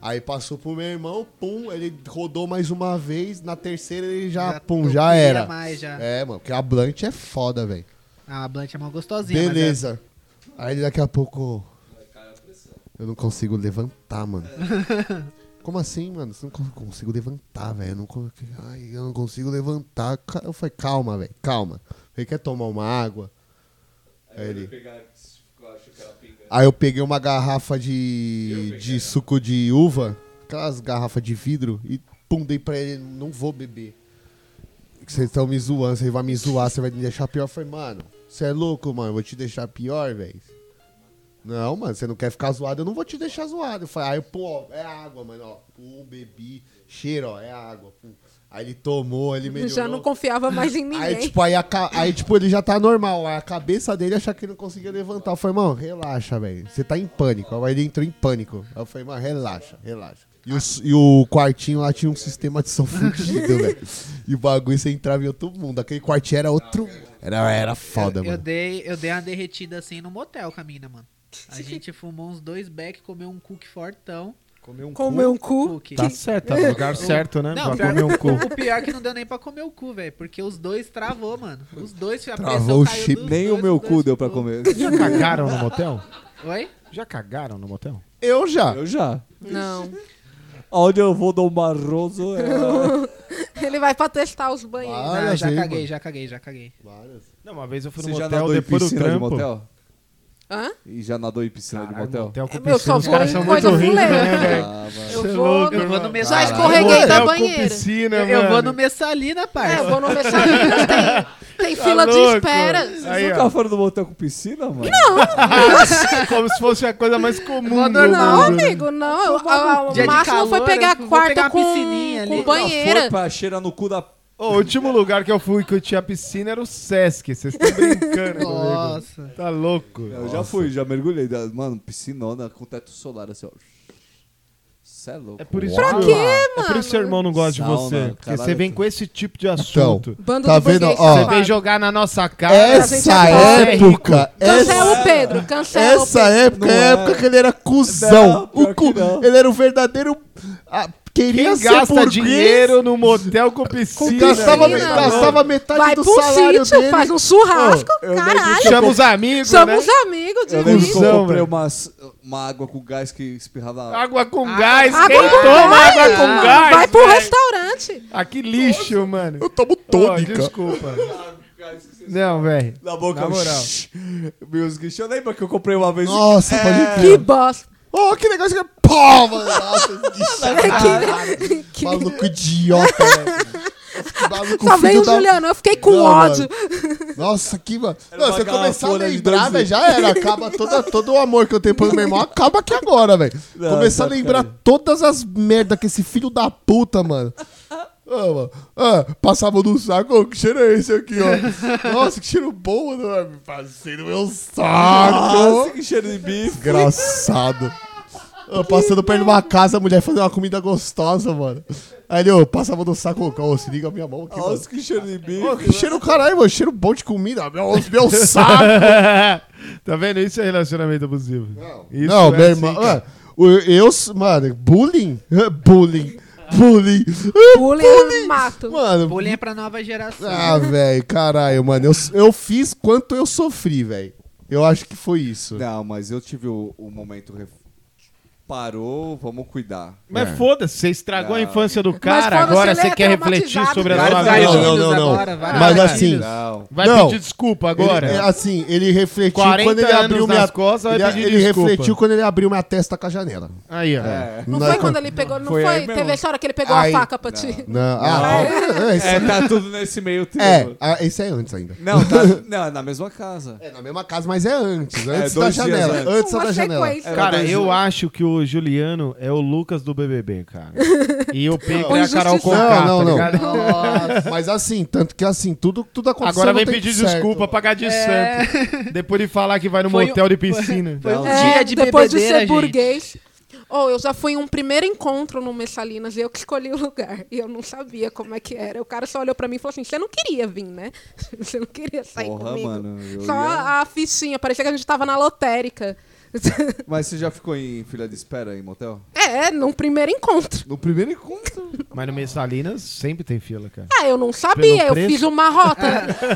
B: Aí passou pro meu irmão, pum, ele rodou mais uma vez, na terceira ele já,
C: Já
B: pum,
C: não
B: já
C: queria
B: era.
C: mais, já.
B: É, mano, porque a Blunt é foda, velho.
C: Ah, a Blunt é mó gostosinha. mas
B: Beleza. Aí daqui a pouco. Eu não consigo levantar, mano. Como assim, mano? Eu não con- consigo levantar, velho. Eu, não con- Ai, eu não consigo levantar. Ca- Eu falei, calma, velho, calma. Ele quer tomar uma água? Aí ele- Aí eu peguei uma garrafa de, de suco de uva, aquelas garrafas de vidro, e pum, dei pra ele, não vou beber. Vocês estão me zoando, vocês vão me zoar, você vai me deixar pior. Eu falei, mano, você é louco, mano, eu vou te deixar pior, velho. Não, mano, você não quer ficar zoado, eu não vou te deixar zoado. Eu falei, aí, pô, ó, é água, mano, ó, pum, bebi, cheiro, ó, é água, pum. Aí ele tomou, ele melhorou.
E: Já não confiava mais
B: Aí,
E: em ninguém.
B: tipo, aí, a ca- aí, tipo, ele já tá normal. Aí a cabeça dele achar que ele não conseguia levantar. Eu falei, mano, relaxa, velho. Você tá em pânico. Aí ele entrou em pânico. Aí eu falei, mano, relaxa, relaxa. E o, s- e o quartinho lá tinha um sistema de som [LAUGHS] fudido, velho. E o bagulho você entrava em outro mundo. Aquele quartinho era outro. Era, era foda,
C: Eu, eu,
B: mano.
C: dei, eu dei uma derretida assim no motel com a mina, mano.
E: [LAUGHS]
C: A gente fumou uns dois beck, comeu um cookie fortão.
A: Comer um
E: Comer um cu.
C: Cookie.
A: Tá certo, tá no lugar certo, né?
C: Não,
A: pra
C: pior,
A: comer um
C: [LAUGHS]
A: cu.
C: o pior é que não deu nem pra comer o cu, velho. Porque os dois travou, mano. Os dois, a
B: Travou
C: pressão
B: o
C: caiu
B: chip.
C: dos
D: Nem
C: dois,
D: o meu
C: dos dois
D: cu deu pra
C: ficou-
D: [LAUGHS] comer.
A: Já cagaram no motel?
C: Oi?
A: Já cagaram no motel?
B: Eu já.
D: Eu já.
E: Não.
D: Onde eu vou dar um barroso é...
E: Ele vai pra testar os banheiros.
B: Ah,
C: não,
B: eu
C: já
B: sei,
C: caguei,
B: mano.
C: já caguei, já caguei.
A: Não, uma vez eu fui no
D: Você já
A: motel,
D: nadou em
A: depois do
D: piscina de
A: trampo.
D: motel?
E: Hã?
D: E já nadou em piscina
A: Caralho,
D: de motel?
A: motel com
E: É, meu,
A: piscina,
E: só
A: os
E: vou
A: caras
E: em
A: são muito
E: coisa
A: ricos,
E: fuleira.
A: né, velho?
D: Ah, mano.
E: Eu
A: Cê é
E: vou,
A: louco,
C: [LAUGHS]
E: no-
C: Eu vou
A: mano.
C: no
E: Já
C: Messalina.
E: escorreguei da
A: Motel com
E: banheira.
A: piscina,
C: tá eu vou
A: mano.
C: no Messalina,
E: É, eu
C: parça.
E: vou no Messalinas, tem, tem fila de
A: louco?
E: espera.
A: Aí,
D: Nunca foram no motel com piscina, mano?
A: Como se fosse a coisa mais comum do
E: Não,
A: mundo.
E: amigo, não. Eu- a- a-
C: Dia de
E: O máximo foi
C: calor,
E: pegar
C: eu vou
E: quarto
C: pegar uma
E: com,
C: piscininha ali.
E: com
D: Nunca
E: banheira.
D: Foi pra cheirar no cu da...
A: Ô, o último lugar que eu fui que eu tinha piscina era o Sesc. Vocês estão
C: [LAUGHS]
A: brincando comigo.
C: Nossa.
A: Tá louco.
D: Eu já fui, já mergulhei. da- Mano, piscinona com teto solar, assim, ó. Cê é louco.
A: É por isso
E: Pra
A: que
E: quê,
A: É por isso que seu irmão não gosta
D: Sauna,
A: de você. Porque
D: caralho.
A: você vem com esse tipo de assunto.
E: Bando
B: Tá
E: de burguês
B: vendo? Ó.
A: você
E: safado.
A: vem jogar na nossa cara.
E: gente é Então
B: Essa
E: pobre.
B: época.
E: Cancela
B: Essa,
E: o Pedro, cancela o
B: essa
E: Pedro.
B: época é
D: Não
B: a
D: é.
B: época que ele era cuzão.
D: Não, pior
B: O cu-
D: que não.
B: ele era o verdadeiro. ah, queria
A: Quem
B: ser
A: gasta
B: burguês,
A: dinheiro no motel com piscina?
B: Gastava,
E: Sim,
B: me-
E: não.
B: gastava metade
E: Vai
B: tá do
E: pro
B: salário
E: sítio,
B: dele.
E: faz um churrasco,
D: eu lembro
E: caralho.
A: Chama os amigos, né?
E: Somos amigos de
D: Eu lembro que
E: mim.
A: Cusão,
D: eu comprei
A: velho.
D: umas- uma água com gás que espirrava.
A: Água com gás.
E: Água
A: Quem
E: com
A: toma
E: gás,
A: água com
E: um mano.
A: gás?
E: Vai pro
A: velho?
E: restaurante.
A: Ah, que lixo, mano.
B: Eu tomo
A: Ó,
B: tônica.
A: desculpa. Não, velho.
D: Na boca,
A: Na moral.
D: shh, Meus guichos. Eu lembro que eu comprei uma vez. um
B: Nossa, pode
E: É, Que bosta.
B: Oh, que negócio que é. Pô, mano. Nossa,
E: [LAUGHS] né?
B: que lixo.
E: Que-
B: Maluco idiota, velho. Que maluco
E: Só veio
B: filho
E: o
B: da-
E: Juliano, eu fiquei com
B: Não,
E: ódio.
B: Nossa, que. ma-
D: Era
B: Não, se eu
D: uma
B: começar a
D: garrafona de
B: lembrar,
D: 12.
B: velho, já era. Acaba toda, todo o amor que eu tenho pelo meu irmão, acaba aqui agora, velho.
D: [LAUGHS] Não,
B: Começar a
D: tá,
B: lembrar
D: cara.
B: todas as merdas que esse filho da puta, mano. Ah, mano. Ah, passava no saco, "Ô, que cheiro é esse aqui, ó? Nossa, que cheiro bom, mano. Passei no meu saco.
D: Nossa, que cheiro de bife.
B: Engraçado. Eu passando perto de uma casa, a mulher fazendo uma comida gostosa, mano. Aí ele, eu passava no saco, ô, se liga a minha mão aqui, mano.
D: Nossa, que cheiro de bife.
B: Ô, que cheiro caralho, mano. Cheiro bom de comida. Meu, meu saco.
E: Ah.
A: [LAUGHS] tá vendo? Isso é relacionamento abusivo. Não, Isso
B: não,
A: é
B: meu
A: assim,
B: irmão.
A: cara.
B: eu, eu, mano, bullying? bullying. Bullying.
E: Bullying eu mato.
B: Mano,
C: Bullying é pra nova geração.
B: ah, velho, caralho, mano. Eu, eu fiz quanto eu sofri, velho. Eu acho que foi isso.
D: Não, mas eu tive o, o momento. ref- Parou, vamos cuidar. É.
A: Mas foda-se, você estragou a
D: Não.
A: infância do cara,
E: foda-se,
A: agora
E: ele
A: você
E: é
A: quer refletir
E: traumatizado,
A: sobre a
D: cara.
A: sua
D: Vai,
A: vida.
D: vai,
C: não, não, não. agora, vai.
B: Mas
A: Vai,
B: assim,
D: Não.
A: Vai
B: Não.
A: pedir desculpa agora.
B: ele, é, assim, ele refletiu
A: 40
B: quando ele
A: anos
B: abriu
A: nas
B: minha
A: costas, vai
B: ele,
A: pedir
B: ele
A: desculpa.
B: refletiu quando ele abriu minha testa com a janela.
A: Aí, ó.
D: É.
E: Não
B: Na-
E: foi quando ele pegou, não
D: Foi
E: foi?
D: aí mesmo.
E: Teve a história que ele pegou
B: Aí-
E: a faca pra ti?
B: Não, ah, é, isso-
D: É, tá tudo nesse meio tempo.
B: é, ah, isso é antes ainda.
D: Não, tá não, é na mesma casa.
B: É na mesma casa, mas é antes. Antes da
D: dois dias
B: janela.
D: antes.
B: Antes,
E: Uma
B: da janela.
E: sequência.
D: Era
A: Cara,
D: dois-
A: eu acho que o Juliano é o Lucas do BBB,
E: [LAUGHS]
A: cara. E o Pedro é a Carol
E: injustiçado.
A: Conká,
B: Não, não,
A: tá
B: não.
A: ligado?
B: Nossa, Mas assim, tanto que assim, tudo, tudo aconteceu.
A: Agora
B: no
A: vem
B: tempo
A: pedir
B: certo.
A: desculpa, pagar
E: É.
A: de santo. Depois de falar que vai no
C: Foi
A: motel
C: um-
A: de piscina.
C: Foi um
E: É,
C: dia de
E: depois de
C: bebedeira,
E: ser
C: gente.
E: burguês. Oh, eu já fui em um primeiro encontro no Messalinas, eu que escolhi o lugar. E eu não sabia como é que era. O cara só olhou pra mim e falou assim: você não queria vir, né? [LAUGHS] Você não queria sair
D: Porra,
E: tá comigo.
D: mano, eu
E: só
D: ia-
E: a fichinha, parecia que a gente tava na lotérica.
D: Mas você já ficou em fila de espera em motel?
E: é, num primeiro encontro.
D: No primeiro encontro.
A: Mas no Messalinas sempre tem fila, cara.
E: Ah, eu não sabia,
A: Pelo
E: eu
A: preço?
E: fiz
D: [LAUGHS]
E: uma rota.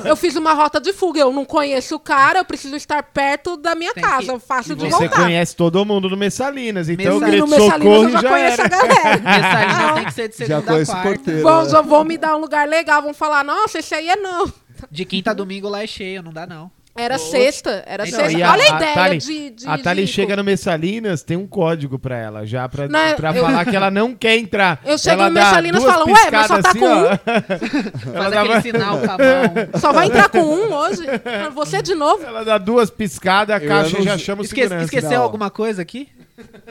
E: eu fiz uma rota de fuga. Eu não conheço o cara, eu preciso estar perto da minha
C: Tem que-
E: casa. Fácil
C: e
E: de
A: Você
E: voltar.
A: conhece todo mundo no Messalinas, então o
E: E no
A: grito
E: Messalinas
A: socorro
E: eu já,
A: já
E: conheço a
A: era.
E: galera.
C: Mensagem
E: [LAUGHS]
C: tem que ser de
D: Já
C: segunda a
D: conheço o
C: quarta.
D: porteiro.
E: Vão,
D: né?
E: já vão me dar um lugar legal, vão falar, nossa, esse aí é não.
C: De quinta a domingo lá é cheio, não dá não.
E: Era sexta, era
C: Então,
E: sexta.
A: E a,
E: Olha a,
A: a
E: ideia
A: Tali,
E: de, de.
A: a Tali
E: de-
A: chega no Messalinas, tem um código pra ela já, pra,
E: Não,
A: pra
E: eu-
A: falar que ela não quer entrar.
E: Eu chego
A: ela
E: no
A: dá
E: Messalinas e
A: duas
E: falo, "Ué, mas só
A: piscadas
E: tá
A: assim,
E: com um."
A: ó.
C: Faz
A: dá
C: aquele
A: uma-
C: sinal tá
A: [LAUGHS]
C: com a mão.
E: Só vai entrar com um hoje? Ah, Você de novo?
A: Ela dá duas piscadas, a
D: Eu
A: caixa
D: não-
A: já chama o
C: Esque-
A: segurança.
C: esqueceu
D: Não.
C: alguma coisa aqui?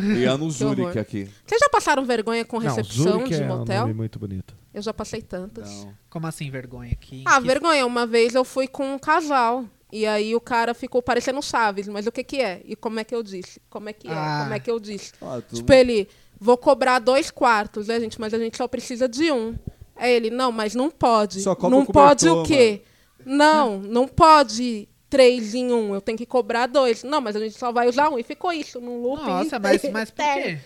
D: E a no
E: horror.
D: Zurich aqui.
E: Vocês já passaram vergonha com
A: Não,
E: recepção
A: Zurich
E: de
A: é um
E: motel?
A: nome muito bonito.
E: Eu já passei tantas.
D: Não.
C: Como assim, vergonha aqui?
E: Ah,
C: Que-
E: vergonha. Uma vez eu fui com um casal. E aí o cara ficou parecendo um Chaves, mas o que que é? E como é que eu disse? Como é que é?
C: Ah.
E: Como é que eu disse?
D: Ah, tu-
E: Tipo, ele, vou cobrar dois quartos, né, gente? Mas a gente só precisa de um. Aí ele, não, mas não pode.
D: Só cobra
E: não
D: o cobertor,
E: pode o quê? Não, não pode três em um. Eu tenho que cobrar dois. Não, mas a gente só vai usar um. E ficou isso num loop.
C: Nossa,
E: [LAUGHS]
C: mas, mas por quê?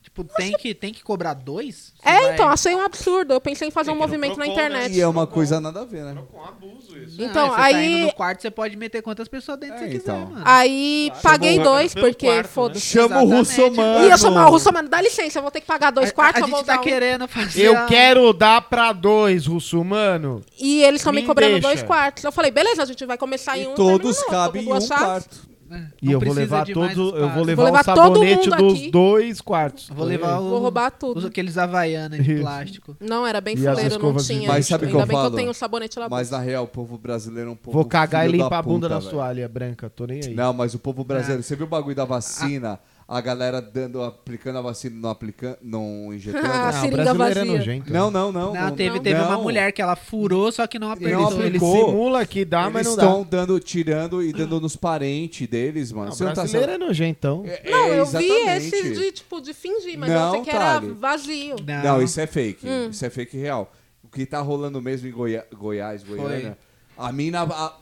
C: Tipo, tem que, tem que cobrar dois? Você
E: É,
C: vai- É
E: então, achei um absurdo. Eu pensei em fazer
A: Tem
E: um
A: que ir no
E: movimento na
A: Procon, né?
E: internet.
D: E é uma coisa nada a ver, né?
C: um Não,
E: então,
C: você tá
E: aí- Ah,
C: indo no quarto, você pode meter quantas pessoas dentro
D: É,
C: você quiser,
D: então.
C: mano.
E: Aí paguei
A: Chamou o
E: dois,
A: pelo
E: porque
A: quarto, né?
E: foda-se.
D: Chama o
C: Exatamente.
D: Russo, mano.
E: Ia chamar o Russo, mano, dá licença, eu vou ter que pagar dois quartos,
C: a,
E: eu
C: a
E: vou
C: gente tá
E: usar um.
C: querendo fazer
A: Eu
C: a-
A: quero dar pra dois, Russo, mano.
E: E eles estão me
A: Me
E: cobrando
A: deixa.
E: dois quartos. Eu falei, beleza, a gente vai começar em um.
D: E todos
E: termina no outro,
D: cabem em
E: com duas
D: um
E: chaves.
D: quarto.
A: E
C: Não
A: eu vou
C: precisa
A: levar
C: de mais
A: todo, eu
C: espaço.
A: vou levar,
E: levar
A: o
E: todo
A: sabonete
E: mundo
A: dos
E: aqui.
A: dois quartos.
C: Vou levar o,
E: Vou roubar tudo.
C: os- aqueles Havaianas de
A: Isso.
C: plástico.
E: Não, era bem
A: E as
E: fuleiro, não
A: escovas de
E: tinha.
A: dente.
D: Mas sabe o que
E: Ainda
D: eu
E: bem que
D: falo?
E: eu tenho sabonete lá
D: Mas
E: Mas
D: na real, o povo brasileiro é um povo.
A: Vou cagar e
D: filho
A: limpar a bunda da
D: puta, velho.
A: toalha branca, tô nem aí.
D: Não, mas o povo brasileiro, você viu o bagulho da vacina? a galera dando, aplicando a vacina e não aplicando, não
E: Ah,
D: injetando.
A: Ah, o brasileiro é
E: seringa vazia.
A: nojento.
D: não, não, não.
C: Não, teve, teve uma
D: não.
C: mulher que ela furou, só que não
A: Ele,
D: Não
C: apertou.
A: ele,
D: aplicou.
A: simula que dá,
D: Eles
A: mas não
D: estão
A: dá.
D: dando, tirando e dando nos parentes deles, mano.
A: Não,
D: Você não tá
A: brasileiro é nojentão.
D: É,
E: Não,
D: é,
E: eu vi
D: exatamente.
E: esse de, tipo, de fingir, mas
D: Não,
E: eu sei que era
D: Thali.
E: vazio.
C: Não,
D: Não, isso é fake.
E: Hum.
D: Isso é fake real. O que tá rolando mesmo em Goia- Goiás, Goiânia, a mina. a- a-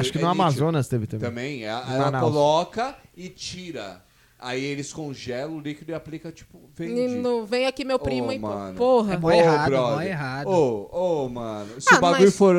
A: Acho que
D: é
A: no
D: nítido.
A: Amazonas teve também.
D: Também. é-
A: Em
D: ela
A: Manaus.
D: coloca e tira. Aí eles congelam o líquido e aplica, tipo, vende.
E: Não vem aqui meu primo
D: Ô,
E: e
D: mano.
E: porra.
C: É mó errado,
D: brother.
C: mó errado.
D: Ô, ô, mano. Se
E: Ah,
D: o bagulho
E: mas-
D: for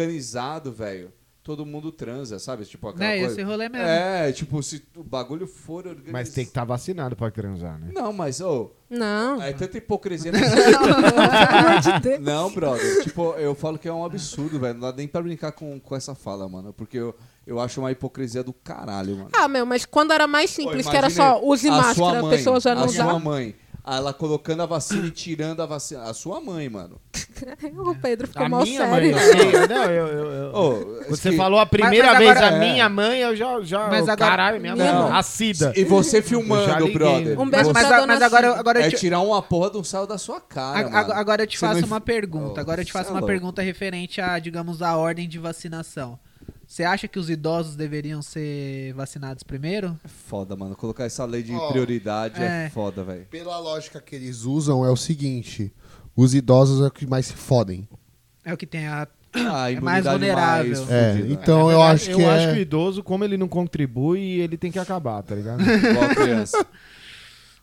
D: organizado, velho, todo mundo transa, sabe? Tipo, aquela
C: Né,
D: coisa.
C: esse rolê mesmo.
D: É, tipo, se o bagulho for organizado.
A: Mas tem que estar vacinado pra transar, né?
D: Não, mas, ô, [LAUGHS]
E: Não.
D: é
A: [LAUGHS]
D: tanta hipocrisia nessa
E: [LAUGHS] Pelo amor de Deus. [LAUGHS]
D: Não, brother. tipo, eu falo que é um absurdo, velho. Não dá nem pra brincar com, com essa fala, mano. Porque eu, eu acho uma hipocrisia do caralho, mano.
E: Ah, meu, mas quando era mais simples,
D: Pô,
E: que era
D: imagina
E: só use
D: a sua
E: máscara, a
D: mãe,
E: pessoa já não
D: A sua
E: usava.
D: mãe. Ela colocando a vacina e tirando a vacina. A sua mãe, mano.
E: [LAUGHS] é O Pedro ficou mal
A: mãe,
E: sério.
A: eu sei, não, eu- eu- eu-
D: Ô,
A: Quando você
D: que-
A: falou a primeira
C: mas
A: vez
C: agora-
A: a
D: é.
A: minha mãe, eu já. já
C: Mas
A: eu-
C: agora-
A: caralho, minha
E: Não.
A: mãe. A Cida.
D: E você
A: é Eu já
D: filmando,
A: liguei,
D: brother.
A: né?
E: Um beijo
C: mas,
E: pra
C: a-
E: dona
C: mas agora,
E: Cida.
C: agora
D: É
C: eu te,
D: tirar uma porra de um sal da sua cara,
C: a- a-
D: mano.
C: agora eu te
D: Você não
C: faço
D: enf-
C: uma pergunta.
D: Oh,
C: agora eu te faço
D: cê é
C: uma
D: louco.
C: pergunta referente a, digamos, a ordem de vacinação. Você acha que os idosos deveriam ser vacinados primeiro?
D: É foda, mano. Colocar essa lei de
B: Ó,
D: prioridade é,
C: é.
D: foda, velho.
B: Pela lógica que eles usam, é o seguinte: os idosos é o que mais se fodem.
C: É o que tem a...
D: Ah,
C: É
D: imunidade
C: mais vulnerável.
B: É,
D: fudida.
B: então eu acho que
A: eu acho que o
B: é.
A: idoso, como ele não contribui, ele tem que acabar, tá ligado?
D: Igual a criança.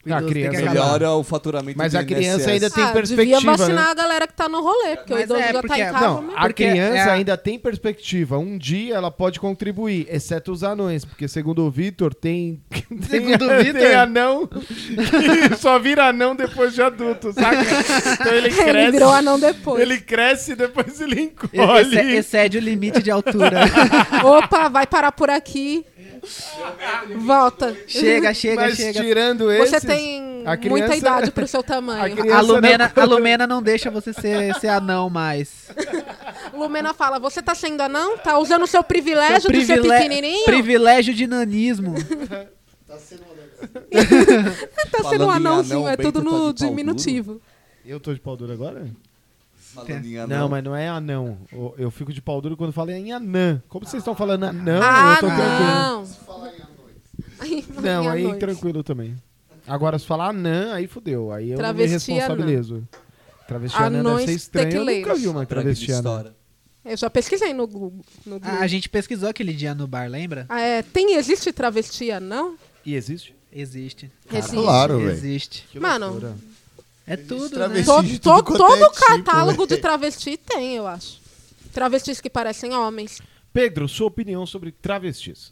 C: o
A: Ah,
C: idoso tem que
A: criança,
C: acabar.
D: Melhora o faturamento
A: Mas
D: do
A: a criança
D: INSS.
A: ainda tem
E: ah, devia
A: perspectiva,
E: vacinar
A: né?
E: a galera que tá no rolê, porque o
C: Mas
E: idoso
C: é,
E: já tá
C: porque-
E: em casa.
A: Não,
E: né?
A: a
C: Porque
A: criança
C: é a-
A: ainda tem perspectiva. Um dia ela pode contribuir, exceto os anões, porque segundo o Vitor, tem.
C: [LAUGHS] Segundo
A: [LAUGHS]
C: o
A: tem,
C: Vitor?
A: tem anão [LAUGHS] que só vira anão depois de adulto, saca? Então ele cresce.
E: Ele virou anão depois.
A: Ele cresce e depois ele
C: Ex-
A: encolhe.
C: ex- Excede o limite é- de altura.
A: [LAUGHS]
E: Opa, vai parar por aqui. Volta.
C: chega, chega,
A: Mas
C: chega.
A: tirando esse.
E: Você tem
A: a
E: muita
A: criança-
E: idade pro seu
A: [LAUGHS] a
E: tamanho.
A: criança-
C: A Lumena, a Lumena não deixa você ser, ser anão mais.
E: Lumena fala, você tá sendo anão? Tá usando o seu privilégio
C: Seu
E: de ser
C: privile-
E: pequenininho?
C: Privilégio de nanismo.
E: tá
D: Falando
E: sendo um
D: em anão,
E: anãozinho, é
D: bem
E: tudo
D: que tá de pau
E: no
D: duro.
E: diminutivo.
A: Eu tô de pau duro agora?
D: Falando em
A: Não,
D: anão.
A: mas não é anão. Eu- Eu fico de pau duro quando falo em anã. Como vocês estão falando anão,
E: ah,
A: eu tô tranquilo.
E: não. Aí,
A: Não,
E: em
A: aí
E: anões.
A: tranquilo também. Agora, se falar anã, aí fodeu. Aí eu
E: Travesti
A: me responsabilizo. Travesti é anã deve
E: Anões
A: ser estranho. Eu nunca
E: tequileiros.
A: vi uma travesti né? anã.
E: Eu já pesquisei no Google. No Google.
A: Ah,
C: A, a gente pesquisou aquele dia no bar, lembra?
E: Ah, é, tem, existe travestia, não?
A: E existe?
C: Existe.
E: Existe.
B: Claro, velho.
C: Existe.
E: Mano,
A: loucura.
C: É tudo, né?
B: travesti.
E: to-
B: Existe de
E: to-
B: tudo quanto
E: todo
B: é tipo,
E: catálogo de
D: né?
B: velho.
E: travesti tem, eu acho. Travestis que parecem homens.
A: Pedro, sua opinião sobre travestis.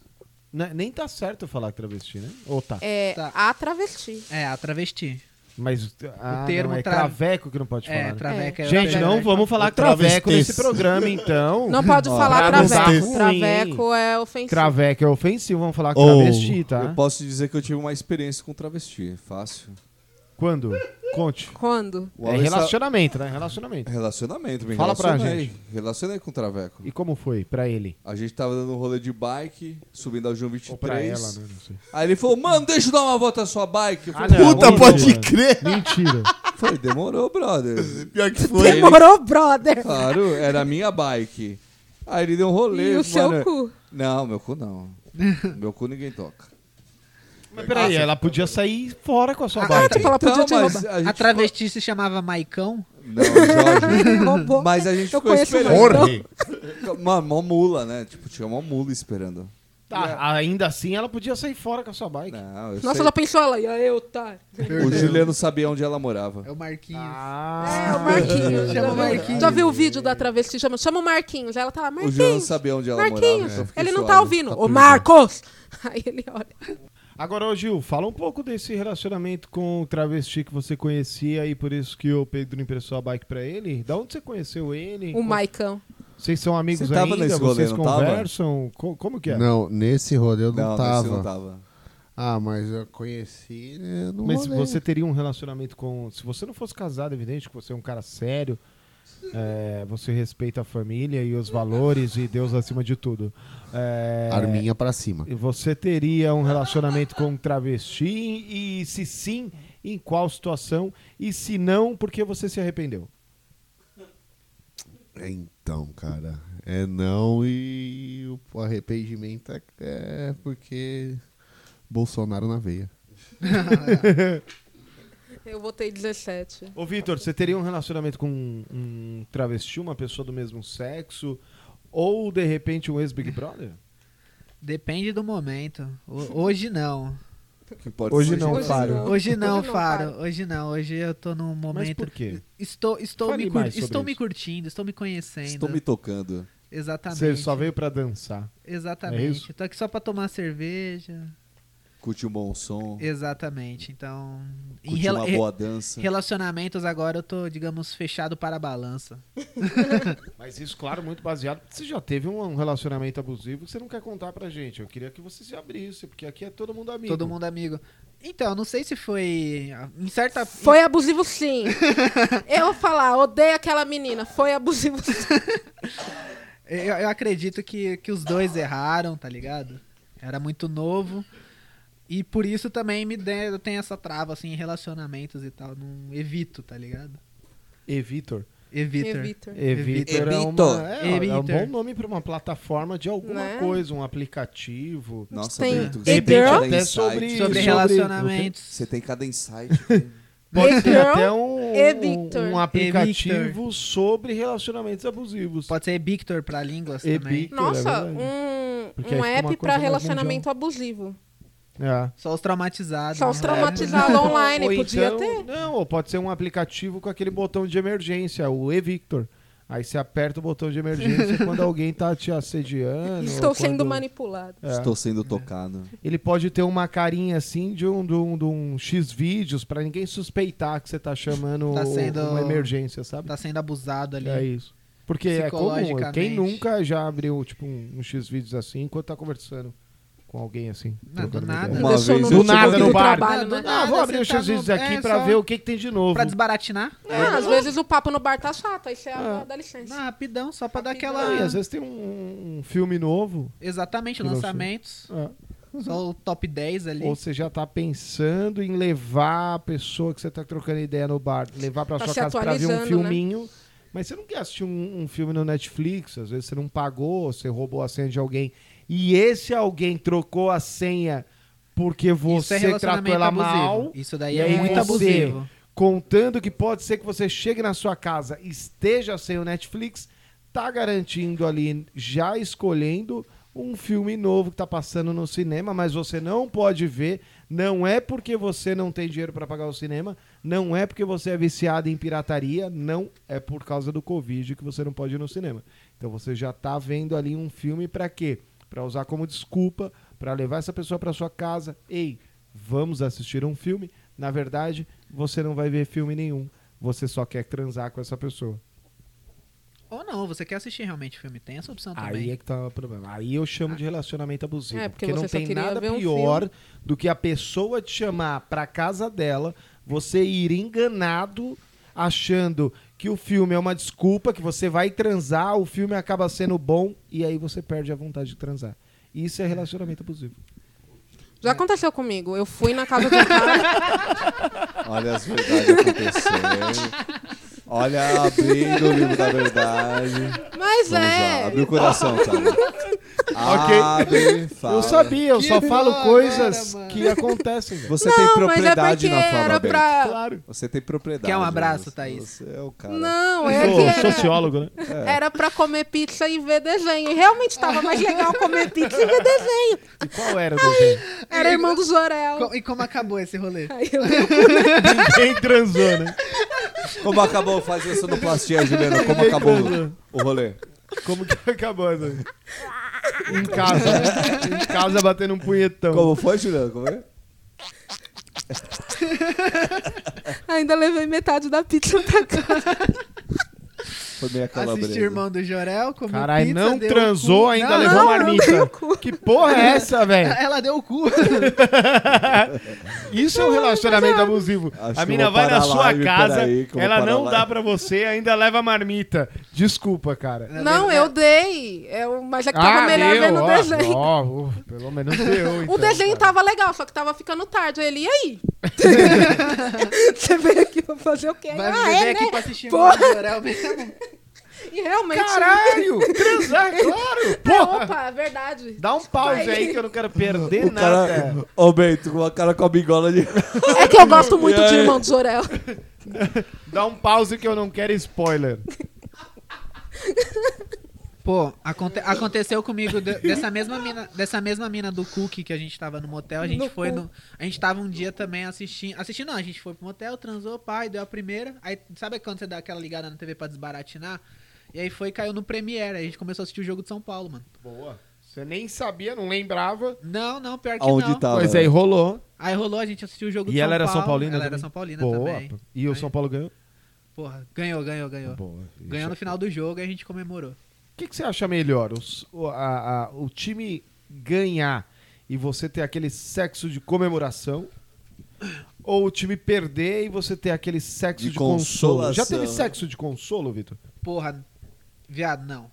A: Né, Nem tá certo falar travesti, né? Ou tá?
E: É,
C: Tá.
E: a travesti.
C: É, a travesti.
A: Mas ah,
C: O termo
A: não, é
C: tra-
A: traveco que não pode falar.
C: É,
A: né?
C: traveca. é
A: Gente,
C: outra-
A: não vamos falar traveco
B: travestis.
A: nesse programa, então.
E: Não pode
D: Hum, Ó,
E: falar
A: pra não dar
E: traveco.
A: ruim.
E: Traveco é ofensivo.
A: Traveco é ofensivo, vamos falar
B: Ou-
A: travesti, tá?
D: Eu posso dizer que eu tive uma experiência com travesti. Fácil.
A: Quando? Conte.
E: Quando?
D: O
A: É
D: Alex tá-
A: relacionamento, né? Relacionamento.
D: Relacionamento, me
A: Fala pra
D: relacionei. Relacionei com o Traveco.
A: E como foi pra ele?
D: A gente tava dando um rolê de bike, subindo a João 23.
A: Ou pra ela, né? Não sei.
D: Aí ele falou, mano, deixa eu dar uma volta na sua bike. Eu
A: Ah,
D: falei,
A: não.
D: "Puta,
B: Puta,
A: Mentira.
B: pode crer.
A: Mentira.
D: Falei, demorou, brother.
B: Pior que foi.
D: Ele-
E: Demorou, brother.
D: Claro, era a minha bike. Aí ele deu um rolê,
E: E o
D: mano.
E: seu cu?
D: Não, meu cu não. meu cu ninguém toca.
A: [LAUGHS] Mas peraí, ela podia sair fora com a sua
E: Ah,
A: bike.
E: tipo, ela podia te
D: então, mas
E: roubar.
D: a gente
C: A travesti se chamava Maicão.
D: ficou- Não, Jorge.
E: Ele roubou.
D: Mas a gente
E: Eu
D: ficou
E: conheço um
D: esperando.
B: Jorge.
D: Mano, mó mula, né? Tipo, tinha mó mula esperando.
A: Tá, ainda assim, ela podia sair fora com a sua bike.
D: Não, eu
E: Nossa,
D: sei.
E: já pensou ela? E aí, É, tá.
D: É,
E: otário?
D: O Juliano sabia onde ela morava.
C: É o Marquinhos.
A: Ah,
E: É o Marquinhos.
C: Chama
E: já,
C: o
E: viu,
C: Marquinhos.
E: já viu o vídeo da travesti? Chama, chama o Marquinhos. Aí Ela tá lá,
D: O Juliano
E: Marquinhos.
D: sabia onde ela morava.
E: Marquinhos.
D: então eu fiquei
E: Ele não
D: suave.
E: tá ouvindo. Ô,
D: tudo.
E: Marcos! [LAUGHS] Aí ele olha.
A: Agora, ô Gil, fala um pouco desse relacionamento com o travesti que você conhecia e por isso que o Pedro emprestou a bike pra ele. Da onde você conheceu ele?
E: O Maicão.
A: Vocês são amigos
D: Você tava
A: ainda?
D: nesse rolê,
A: Vocês
D: não tava?
A: conversam? Co- como que é?
B: Não, nesse rolê eu não,
D: Não,
B: tava.
D: Não, não tava.
B: Ah, mas eu conheci né, no
A: Mas
B: rolê.
A: você teria um relacionamento com... Se você não fosse casado, evidente que você é um cara é sério, É, você respeita a família e os valores e Deus acima de tudo. É,
B: Arminha pra cima.
A: e Você teria um relacionamento com um travesti? E se sim, em qual situação? E se não, por que você se arrependeu?
B: Então, cara, é não e o arrependimento é, é porque Bolsonaro na veia.
E: Eu votei 17.
A: Ô, Vitor, você teria um relacionamento com um travesti, uma pessoa do mesmo sexo? Ou, de repente, um ex-Big Brother?
C: Depende do momento. Ho- hoje não.
D: Que pode
A: Hoje
D: ser.
A: não,
E: Hoje
A: Fábio.
E: não.
C: Hoje não,
E: Hoje não,
C: Faro.
E: Faro.
C: Hoje não. Hoje eu tô num momento.
A: por quê?
C: Estou, estou,
A: Fale
C: me, cur-
A: mais sobre
C: estou me
A: isso.
C: curtindo, estou me conhecendo.
D: Estou me tocando.
C: Exatamente.
A: Você só veio pra dançar. É
C: Exatamente.
A: isso?
C: tô aqui só pra tomar cerveja.
D: Curte um bom som.
C: Exatamente. Então, em
D: Curte
C: rela-
D: uma
C: re-
D: boa dança.
C: relacionamentos agora eu tô, digamos, fechado para a balança.
A: Mas isso, claro, muito baseado. Você já teve um, um relacionamento abusivo que você não quer contar pra gente. Eu queria que você se abrisse, porque aqui é todo mundo amigo.
C: Todo mundo amigo. Então, não sei se foi em certa
E: Foi abusivo sim.
D: [LAUGHS]
E: Eu vou falar, odeio aquela menina. Foi abusivo sim.
C: Eu, eu acredito que, que os dois erraram, tá ligado? Era muito novo. E por isso também me de, eu tenho essa trava, assim, em relacionamentos e tal. Não evito, tá ligado?
A: E Vitor.
C: Evito.
E: Vitor.
A: E Vitor é,
D: Evitor.
A: uma, é, é um
C: Evitor.
A: bom nome pra uma plataforma de alguma
E: Né?
A: coisa, um aplicativo.
D: Nossa,
E: Tem-
D: Bento,
E: Hey,
D: você tem
E: girl?
D: cada
A: Até
D: insight.
A: sobre-
C: Sobre
A: Sobre-
C: relacionamentos.
D: Você tem cada insight.
A: Pode
E: E
A: ser
E: girl,
A: até um,
E: e Victor.
A: um, um aplicativo sobre relacionamentos abusivos.
C: Pode ser Victor pra línguas
A: E
C: também.
A: Victor, é
E: Nossa,
A: verdade.
E: um,
A: Porque aí
E: um
A: fica uma
E: app
A: coisa
E: pra
A: mais
E: relacionamento abusivo.
A: É.
C: Só os traumatizados.
E: Só os
C: né?
E: traumatizados online,
A: Ou
E: podia
A: então-
E: ter.
A: Não, ou pode ser um aplicativo com aquele botão de emergência, o Evictor. Aí você aperta o botão de
E: [LAUGHS]
A: emergência quando alguém tá te assediando.
E: Estou
A: ou
E: sendo
A: quando-
E: manipulado.
A: [LAUGHS] É.
D: Estou sendo tocado.
A: Ele pode ter uma carinha assim de um, de um, de um X vídeos pra ninguém suspeitar que você tá chamando
C: Tá sendo-
A: uma emergência, sabe?
C: Tá sendo abusado ali.
A: É isso. Porque é comum.
C: Psicologicamente.
A: Quem nunca já abriu tipo um, um X vídeos assim enquanto tá conversando com alguém assim?
C: Não, do
A: trocando uma
C: nada.
A: ideia?
D: Uma
E: Pessoa
D: vez
A: Do
D: eu
A: nada
D: tive-
A: no
E: do
A: um bar.
E: trabalho, né?
C: Do
A: Ah, vou
C: nada,
A: abrir o
C: você tá
A: X vídeos
C: no-
A: aqui
C: é,
A: pra
C: só-
A: ver o que, que tem de novo.
C: Pra desbaratinar?
A: É.
E: Ah, às vezes o papo no bar tá chato, aí você ah, dá licença.
C: Não, rapidão, só pra dar
E: Rapidão.
A: Não, e às
C: aquela.
A: vezes tem um, um filme novo,
C: Exatamente,
A: Que não
C: lançamentos.
A: é,
C: Só o top 10 ali.
A: ou você já tá pensando em levar a pessoa que você tá trocando ideia no bar, levar pra
E: Tá
A: sua
E: se
A: casa pra ver um
E: atualizando, né?
A: filminho. Mas você não quer assistir um, um filme no Netflix, às vezes você não pagou, você roubou a senha de alguém. E esse alguém trocou a senha porque
C: Isso
A: você
C: é
A: tratou
C: relacionamento
A: ela
C: abusivo.
A: mal.
C: Isso daí
A: E
C: é
A: aí
C: muito
A: você-
C: abusivo.
A: contando que pode ser que você chegue na sua casa e esteja sem o Netflix, tá garantindo ali, já escolhendo um filme novo que tá passando no cinema, mas você não pode ver, não é porque você não tem dinheiro para pagar o cinema, não é porque você é viciado em pirataria, não é por causa do Covid que você não pode ir no cinema. Então você já tá vendo ali um filme para quê? Para usar como desculpa, para levar essa pessoa para sua casa. Ei, vamos assistir um filme. Na verdade, você não vai ver filme nenhum. Você só quer transar com essa pessoa.
C: Ou não, você quer assistir realmente o filme? Tem essa opção
A: Aí
C: também.
A: é que tá o problema. Aí eu chamo de relacionamento abusivo.
E: Ah. É, porque
A: porque não
E: você só
A: tem
E: queria
A: nada
E: ver um
A: pior do que a pessoa te chamar pra casa dela, você ir enganado, achando que o filme é uma desculpa, que você vai transar, o filme acaba sendo bom e aí você perde a vontade de transar. Isso é relacionamento abusivo.
E: Já aconteceu comigo. Eu fui na casa de
A: [LAUGHS]
E: um cara.
D: Olha as verdades acontecendo. Olha, abrindo o livro da verdade. Vamos
E: Mas é,
D: lá, abre o coração,
C: [LAUGHS]
D: cara.
A: Ok.
D: Abre, fala.
A: Eu sabia, eu
C: Que
A: só falo
C: da hora,
A: coisas
C: mano.
A: que acontecem. velho.
D: Você tem
E: Não, mas é
D: propriedade
E: porque
D: na fala,
E: era
D: Bento.
E: pra.
A: Claro.
D: Você tem propriedade.
C: Quer um abraço, Thaís?
D: Você é o cara.
E: Não, é
A: Sou
E: que era,
A: sociólogo, né?
E: era pra comer pizza e ver desenho. E realmente tava mais legal comer pizza e ver desenho.
A: E qual era o desenho?
E: Era irmão do Zorel.
C: Co- E como acabou esse
E: [LAUGHS]
C: rolê?
E: Aí eu-
A: Ninguém transou, né?
D: Como acabou? Faz a sonoplastia, Juliana.
C: [LAUGHS]
D: Como acabou o rolê?
A: é? Como que é? acabou essa? Em casa, né? em casa batendo um punhetão.
D: Como foi, Juliana? Como é?
E: Ainda levei metade da pizza pra casa.
D: Foi Foi meio aquela
C: Assistir Irmão do Jorel, comeu
A: Caralho,
C: pizza,
A: não
C: deu o
A: transou,
C: cu.
A: ainda
C: Não,
A: levou
C: não,
E: dei
A: marmita.
E: o cu.
A: Que porra é essa, velho?
C: Ela deu o
E: [LAUGHS]
C: cu.
A: Isso é um relacionamento abusivo.
D: Acho
A: a
D: que
A: mina
D: eu vou
A: vai na
D: parar a
A: sua
D: live,
A: casa,
D: peraí, que eu vou
A: ela
D: parar
A: não
D: a
A: dá
D: live.
A: pra você, ainda leva marmita. Desculpa, cara.
E: Não, eu dei. Eu, mas é que tava melhor
A: Ah, deu,
E: vendo o
A: ó,
E: desenho.
A: ó, uh, pelo menos
E: [LAUGHS]
A: deu, então,
E: o desenho tá
A: cara.
E: tava legal, só que tava ficando tarde. Ele, e aí? Você veio aqui pra fazer o quê?
C: Vai
E: ah,
C: viver
E: é,
C: aqui
E: né?
C: pra assistir
E: Porra.
C: Irmão do Jorel mesmo.
E: E realmente... né?
A: Caralho!
E: [LAUGHS]
A: Transar, claro! Porra!
E: Opa, é verdade.
A: Dá um pause
E: Vai.
A: aí que eu não quero perder
D: O
A: nada.
C: é.
D: cara, ô Bento, com a cara com a bigola de.
E: É que eu gosto muito
D: E
E: de
D: aí?
E: Irmão do Jorel.
A: Dá um pause que eu não quero spoiler.
C: Pô, aconte- aconteceu comigo de- dessa mesma mina, dessa mesma mina do Cook que a gente tava no motel, a gente
E: No
C: foi
E: cu.
C: no, a gente tava um dia também assistindo, assistindo não, a gente foi pro motel, transou, pai, deu a primeira, aí sabe quando você dá aquela ligada na TV pra desbaratinar? E aí foi, caiu no Premiere, aí a gente começou a assistir o jogo de São Paulo, mano.
A: Boa. Você nem sabia, não lembrava.
C: Não, não,
E: É
C: pior que
D: Aonde
C: Ah, não.
D: tava?
A: Mas aí é, rolou.
C: Aí rolou, a gente assistiu o jogo de
A: E
C: São
A: ela era
C: Paulo.
A: São Paulina
C: Ela
A: também?
C: era São Paulina
A: Boa.
C: também. É.
A: E o
C: Aí-
A: São Paulo ganhou?
C: Porra, ganhou, ganhou,
D: Tá
C: ganhou.
A: Boa.
C: Ganhou no final do jogo e a gente comemorou.
A: O que, que você acha melhor? Os- O, a- a- o time ganhar e você ter aquele sexo de comemoração? Ou o time perder e você ter aquele sexo de,
D: De
A: consolo? Já
D: consolação.
A: teve sexo de consolo, Vitor?
C: Porra, viado, não.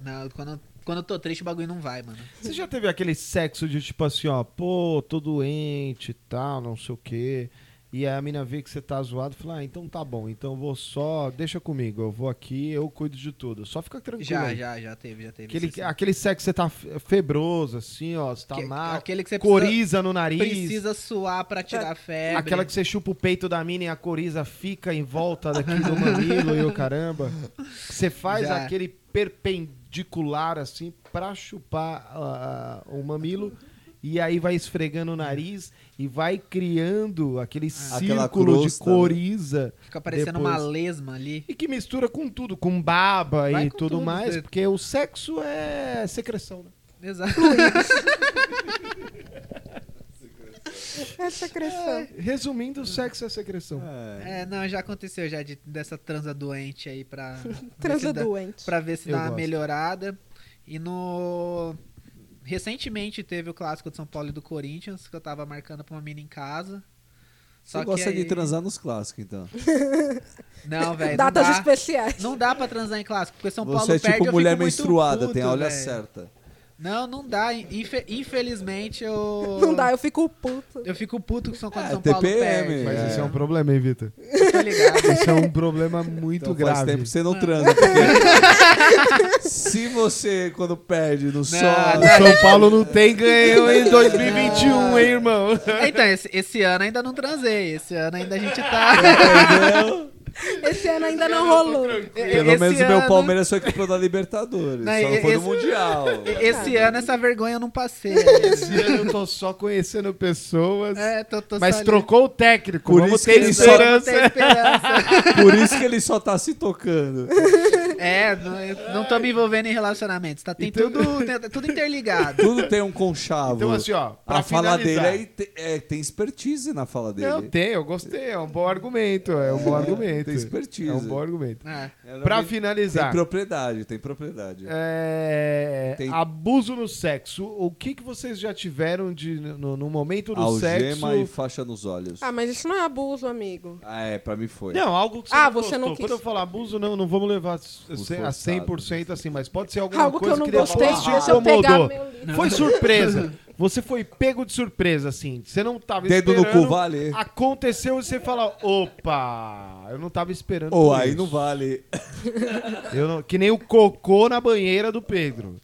C: Não, quando, quando eu tô triste, o bagulho não vai, mano.
A: Você já teve aquele sexo de tipo assim, ó, pô, tô doente e tal, não sei o quê. E aí a mina vê que você tá zoado e fala, ah, então tá bom, então eu vou só, deixa comigo, eu vou aqui, eu cuido de tudo. Só fica tranquilo.
C: Já,
A: aí.
C: já, já teve, já teve.
A: Aquele,
C: isso, assim.
A: aquele sexo que você tá fe- febroso, assim, ó, você tá
C: Que-
A: mal,
C: aquele que você
A: coriza no
C: precisa,
A: nariz.
C: precisa suar pra tirar a febre.
A: Aquela que você chupa o peito da mina e a coriza fica em volta daqui do mamilo e o caramba. Que Você faz
C: Já.
A: aquele perpendicular assim pra chupar ah, ah, o mamilo e aí vai esfregando o nariz e vai criando aquele
D: Aquela
A: círculo de
D: crosta, né?
A: coriza
C: Fica parecendo uma
A: depois.
C: lesma
A: [LAUGHS]
C: ali.
A: e que mistura com tudo, com baba
C: Vai
A: e
C: com
A: tudo,
C: tudo,
A: mais,
C: você-
A: porque o sexo é secreção, né?
C: Exato.
E: Essa cresceu.
A: Resumindo, o sexo é secreção.
C: É, não, já aconteceu já de- dessa transa doente
A: [LAUGHS]
C: aí pra. ver se
E: Transa
C: dá-
E: doente.
C: Pra ver se
A: Eu
C: dá uma
A: gosto.
C: melhorada. E no. Recentemente teve o clássico de São Paulo e do Corinthians, que eu tava marcando pra uma mina em casa.
D: Você gosta
C: aí-
D: de transar nos clássicos, então. [LAUGHS]
C: Não, velho. não
E: Datas
C: dá.
E: especiais.
C: Não dá pra transar em clássico, porque São Paulo
D: Você é
C: perde, eu
D: tipo
C: fico
D: mulher
C: muito
D: menstruada,
C: puto,
D: tem a olha
C: velho.
D: certa.
C: Não, não dá. Infe- infelizmente, eu...
E: [LAUGHS] Não dá, eu fico puto.
C: Eu fico puto com São, quando
D: É,
C: São Paulo
D: TPM.
C: perde.
A: Mas
D: É.
A: isso é um problema, hein, [LAUGHS] Vitor?
C: Tá ligado? [LAUGHS]
A: Isso é um problema muito
D: Então, faz
A: grave.
D: tempo que você não transa.
A: [LAUGHS]
D: porque- se você, quando perde no sol.
A: O São Paulo não tem ganho [LAUGHS] em 2021, hein, irmão?
C: Então, esse, esse ano ainda não transei. Esse ano ainda a gente tá...
E: Esse ano ainda não rolou.
D: Pelo
C: [LAUGHS] Esse
D: menos o
C: ano-
D: meu Palmeiras foi campeão da Libertadores.
C: Não,
D: só não foi no
C: esse-
D: Mundial.
A: [LAUGHS]
C: Esse ano essa vergonha eu não passei. né?
A: Esse ano eu tô só conhecendo pessoas.
C: É, tô, tô
A: mas
C: só ali.
A: trocou o técnico.
D: Por
A: Vamos
D: isso
A: ter
D: que ele só-
C: Vamos
A: esperança.
C: ter esperança.
A: [LAUGHS]
D: Por isso que ele só tá se tocando.
C: É, não, eu não tô me envolvendo em relacionamentos, tá? Tem
A: Então-
C: tudo, tem- tudo interligado.
A: [LAUGHS]
D: Tudo tem um conchavo.
A: Então, assim, ó, pra
D: A fala
A: finalizar.
D: dele aí te- é, tem expertise na fala dele.
A: Não, tem, eu gostei. É um bom argumento. É um bom argumento.
D: tem expertise.
A: É um bom argumento.
C: É.
D: Ela
A: Pra
D: tem- Tem
A: finalizar,
D: propriedade, tem propriedade.
A: é,
D: Tem-
A: abuso no sexo. O que, que vocês já tiveram de, no, no momento do
D: Algema e
A: sexo?
D: faixa nos olhos.
E: Ah, mas isso não é abuso, amigo.
D: Ah, é, pra mim foi.
A: Não, algo que você
E: Ah,
A: não
E: você não
A: gostou.
E: quis.
A: Quando eu falar abuso, não, não vamos levar a cem- a 100% assim, mas pode ser alguma
E: Algo que
A: coisa
E: eu não
A: de
E: gostei,
A: repente te
E: deixa eu pegar
A: incomodou.
E: meu livro.
A: Foi surpresa. Você foi pego de surpresa, assim. Você não tava
D: Dedo no
A: esperando.
D: cu vale.
A: Aconteceu e você fala, opa, eu não tava esperando
D: Ou
A: por
D: aí
A: isso.
D: não vale.
A: Eu não- que nem o cocô na banheira do Pedro.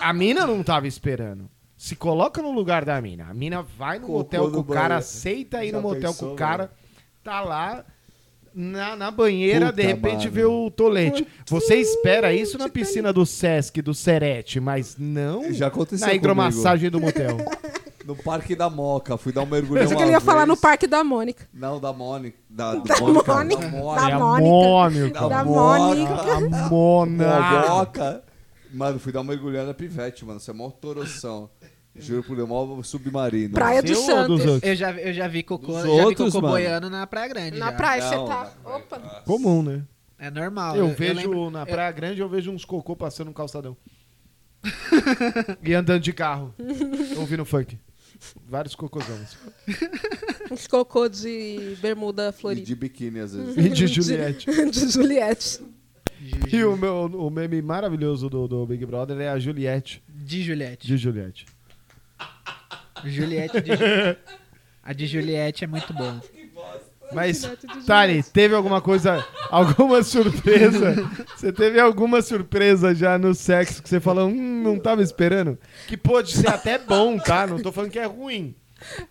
A: A mina não tava esperando. Se coloca no lugar da mina. A mina vai no
D: Cocô
A: motel com
D: no
A: o cara,
D: banheiro.
A: aceita ir
D: Já
A: no motel com
D: pensou,
A: o cara, tá lá na, na banheira, de
D: Puta,
A: repente
D: mano.
A: vê o tolete. Você espera isso na piscina do Sesc, do Serete, mas não
D: Já aconteceu
A: na
D: comigo.
A: hidromassagem do motel.
D: No Parque da Moca, fui dar um mergulho
E: Pensei
D: uma
E: que ele ia
D: vez.
E: falar no Parque da Mônica.
D: Não, da Mônica. Da, do
E: Da
D: Mônica.
E: Mônica.
D: Da
E: Da
A: É
D: Mônica.
A: amônio,
E: Da
A: cara. Ah,
E: Mônica.
D: Tá
A: Amona.
D: Moca. Mano, fui dar uma mergulhada na pivete, mano. Isso é mó toroção. Juro por Deus, mó submarino.
E: Praia do
A: Seu ou dos
E: Santos.
A: outros?
C: Eu já, eu já vi cocô,
D: Dos
C: já vi
D: outros,
C: cocô
D: mano.
C: boiando na Praia Grande.
E: Na
C: já.
E: praia, você [LAUGHS]
D: Não,
E: tá. Opa.
A: Comum, né?
C: É normal.
A: Eu é, vejo
C: lembro-
A: na Praia Grande, eu vejo uns cocô passando um calçadão. [LAUGHS] e andando de carro. ouvindo funk. Vários cocôzões.
E: Uns cocô de bermuda
D: E
E: florida.
D: de biquíni, às vezes. [LAUGHS]
E: Uhum.
A: E de Juliette.
E: [LAUGHS] de Juliette.
A: E o, meu, o meme maravilhoso do, do Big Brother é a Juliette
C: De Juliette.
A: de Juliette.
C: Juliette de Ju- A de Juliette é muito boa.
A: Mas, Tari, teve alguma
E: [LAUGHS]
A: coisa, alguma surpresa? Você teve alguma surpresa já no sexo que você falou, hum, não tava esperando? Que pode ser até bom, [LAUGHS] tá? Não tô falando que é ruim.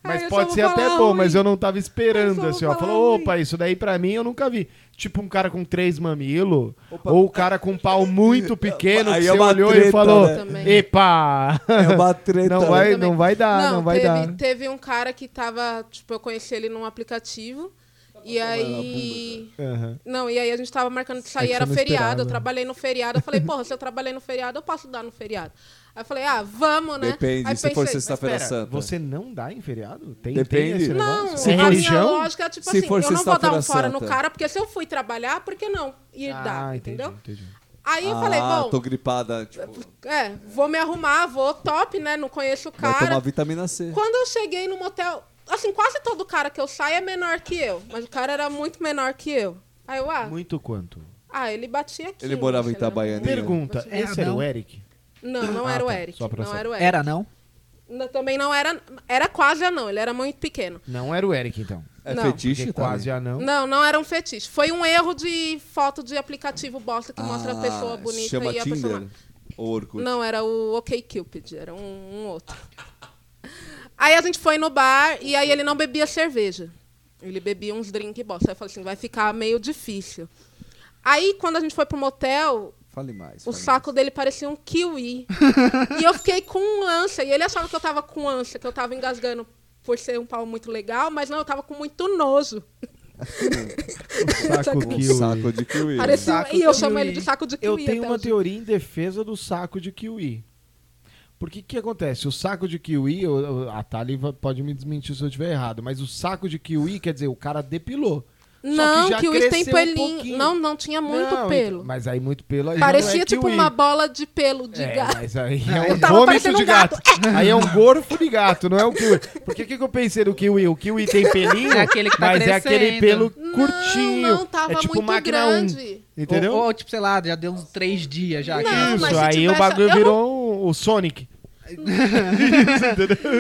A: Mas
E: Ai, Ah, eu só
A: pode
E: vou
A: ser até
E: falar
A: bom,
E: ruim.
A: mas eu não tava
E: Eu só
A: esperando,
E: vou
A: assim, ó.
E: falar
A: Falou,
E: ruim.
A: opa, isso daí pra mim eu nunca vi. Tipo um cara com três mamilo, ou o cara com um pau [LAUGHS] muito pequeno,
D: Aí
A: que
D: é
A: você
D: uma
A: olhou e
D: treta,
A: falou,
D: né?
E: Também.
A: epa! [LAUGHS]
D: É treta. né?
A: Não vai,
E: Eu também.
A: não vai dar, não, vai
E: teve,
A: dar.
E: Teve um cara que tava, tipo, eu conheci ele num aplicativo. E aí.
A: Aham.
E: Não, e aí a gente tava marcando
A: É
E: de sair,
B: que
E: era
B: eu não
E: feriado, eu
A: né?
B: esperava.
E: trabalhei no feriado. Eu falei, porra, se eu trabalhei no feriado, eu posso dar no feriado. Aí eu falei, ah, vamos, né?
D: Depende,
E: aí
D: se for
E: pensei,
D: sexta-feira santa.
A: Você não dá em feriado? Tem, tem
D: Depende.
A: esse negócio?
E: Não,
A: Sem
E: a minha
A: religião?
E: lógica é tipo
D: Se
E: assim,
D: for
E: eu não vou dar um
D: sexta-feira
E: fora no
D: santa.
E: cara, porque se eu fui trabalhar, por que não ir dar, entendeu?
A: Ah, entendi.
E: Aí eu
D: ah,
E: falei, bom,
D: tô gripada. Tipo,
E: é, vou me arrumar, vou top, né? Não conheço o
D: vai tomar
E: cara.
D: vitamina C.
E: Quando eu cheguei no motel, assim, quase todo cara que eu saio é menor que eu, mas o cara era muito menor que eu. Aí eu, ah,
A: Muito quanto?
E: ah ele batia aqui.
D: Ele morava em Itabaiana, hein?
A: Pergunta,
C: É,
A: esse era
C: não.
A: o Eric?
E: Não, não
A: Ah,
E: era o
A: tá,
E: Eric.
A: só pra
E: Não
A: saber.
E: era o Eric.
C: Era, não?
E: Não, também não era. Era quase anão, ele era muito pequeno.
A: Não era o Eric, então.
D: É
E: Não.
D: fetiche,
A: Porque
D: tá?
A: quase anão.
E: Não, não era um fetiche. Foi um erro de foto de aplicativo bosta que mostra a
D: Ah,
E: pessoa bonita
D: chama
E: e a
D: Tinder?
E: pessoa. má.
D: Ou Orkut?
E: Não, era o OK Cupid, era um, um outro. Aí a gente foi no bar e aí ele não bebia cerveja. Ele bebia uns drink bosta. Aí eu falei assim, vai ficar meio difícil. Aí quando a gente foi pro motel,
D: Fale mais.
E: o
D: fale
E: saco dele parecia um
C: [LAUGHS]
E: kiwi. e eu fiquei com ânsia. E ele achava que eu tava com ânsia, que eu tava engasgando por ser um pau muito legal, mas não, eu tava com muito
C: [LAUGHS]
E: nojo. [LAUGHS]
A: Saco
E: Saco
D: mais. Um
A: kiwi.
D: saco de kiwi.
E: Parecia, um-
C: Saco
E: e eu
C: de
E: chamo
C: kiwi.
E: ele de saco de kiwi.
A: Eu tenho
E: até
A: uma
E: hoje.
A: teoria em defesa do saco de kiwi. Porque o que acontece? O saco de kiwi, eu- eu- a Thali va- pode me desmentir se eu estiver errado, mas o saco de kiwi, quer dizer, o cara depilou.
E: Não,
A: já
E: kiwi tem
A: cresceu um
E: pelinho.
A: pouquinho.
E: não, não tinha muito
A: Não, então,
E: pelo.
A: Mas aí muito pelo aí já não é
E: Parecia tipo
A: kiwi.
E: uma bola de pelo de
A: É,
E: gato.
A: mas aí
C: Não,
A: é um
C: ele
E: tava
A: vômito
E: parecendo
A: de
E: um
A: gato.
E: gato.
A: Aí é um gorfo de gato, não é o kiwi. Porque o que, que eu pensei do kiwi? O kiwi tem pelinho,
C: É aquele que tá
A: mas é aquele
C: crescendo.
A: pelo
E: Não,
A: curtinho.
E: não, tava
A: é tipo
E: muito
A: Magna 1,
E: grande.
A: entendeu?
C: Ou, ou, tipo, sei lá, já deu uns três dias já. que- é
E: Não,
A: Isso,
E: mas se
A: aí o
E: tivesse-
A: bagulho
E: eu não-
A: virou um- o Sonic.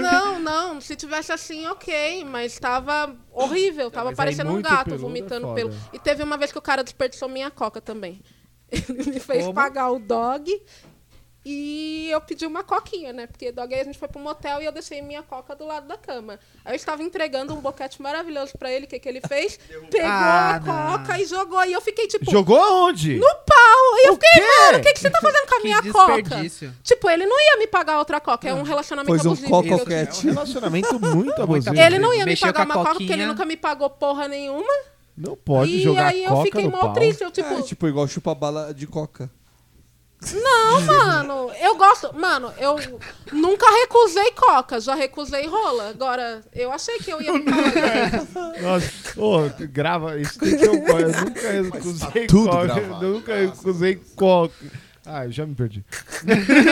E: Não, não. Se tivesse assim, ok. Mas tava horrível. Tava
A: mas aí
E: parecendo um
A: muito
E: gato,
A: peludo é
E: vomitando
A: foda.
E: pelo. E teve uma vez que o cara desperdiçou minha coca também. [LAUGHS] Ele me fez
C: Como?
E: pagar o dog. E eu pedi uma coquinha, né? Porque dog aí a gente foi pro motel e eu deixei minha coca do lado da cama. Aí eu estava entregando um boquete maravilhoso pra ele. O que, que ele fez? Pegou
C: Ah,
E: a
C: não.
E: coca e jogou. E eu fiquei tipo.
A: Jogou aonde?
E: No pau! E eu
A: O
E: fiquei,
A: quê?
E: mano, o que, que você tá fazendo com a
C: Que
E: minha
C: desperdício.
E: coca? Tipo, ele não ia me pagar outra coca, é um relacionamento
D: Pois um
E: abusivo.
D: cocoquete.
A: É um relacionamento muito abusivo.
E: Ele não ia me
C: Mexeu
E: pagar
C: com a
E: uma coca porque ele
C: coquinha.
E: nunca me pagou porra nenhuma.
A: Não pode
E: e
A: jogar
E: aí eu
A: coca
E: fiquei
A: no
E: mal
A: pau.
E: triste. Eu, tipo,
D: É, tipo, igual chupa bala de coca.
E: não, mano, eu gosto. Mano, eu nunca recusei coca, já recusei rola. Agora, eu achei que eu ia me pagar.
A: Nossa, ô, grava, isso tem que ser um co- Eu nunca
E: tá
A: recusei
B: tudo
A: coca.
B: gravado,
A: eu nunca recusei coca. Ah, eu já me perdi.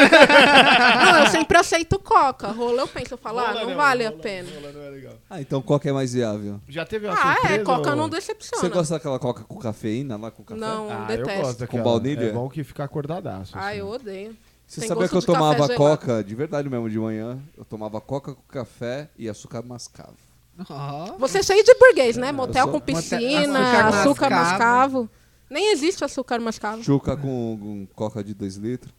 E: não, eu sempre aceito coca. Rola, eu penso, eu falo, ah,
A: Rola
E: não,
A: não,
E: vale a
A: rola
E: pena.
D: Ah, então coca é mais viável.
A: Já teve uma
E: Ah,
A: surpresa?
E: é, coca
A: ô?
E: não
D: Você
E: decepciona.
D: gosta daquela coca com cafeína lá com café?
E: Não,
A: Ah, eu gosto
E: detesto.
A: daquela.
D: baunilha?
A: É bom que fica acordadaço.
E: Ah,
A: assim.
E: eu odeio.
D: Você
E: Tem
D: sabia
E: gosto
D: que eu
E: de café
D: tomava
E: gelado.
D: coca, de verdade mesmo, de manhã? Eu tomava coca com café e açúcar mascavo.
C: Ó.
E: Você é cheio de burguês, né? Motel
D: sou-
E: com piscina,
C: Motel-
E: açúcar,
C: açúcar
E: mascavo. Nem existe açúcar mascavo.
D: Chuca com, com coca de 2 litros.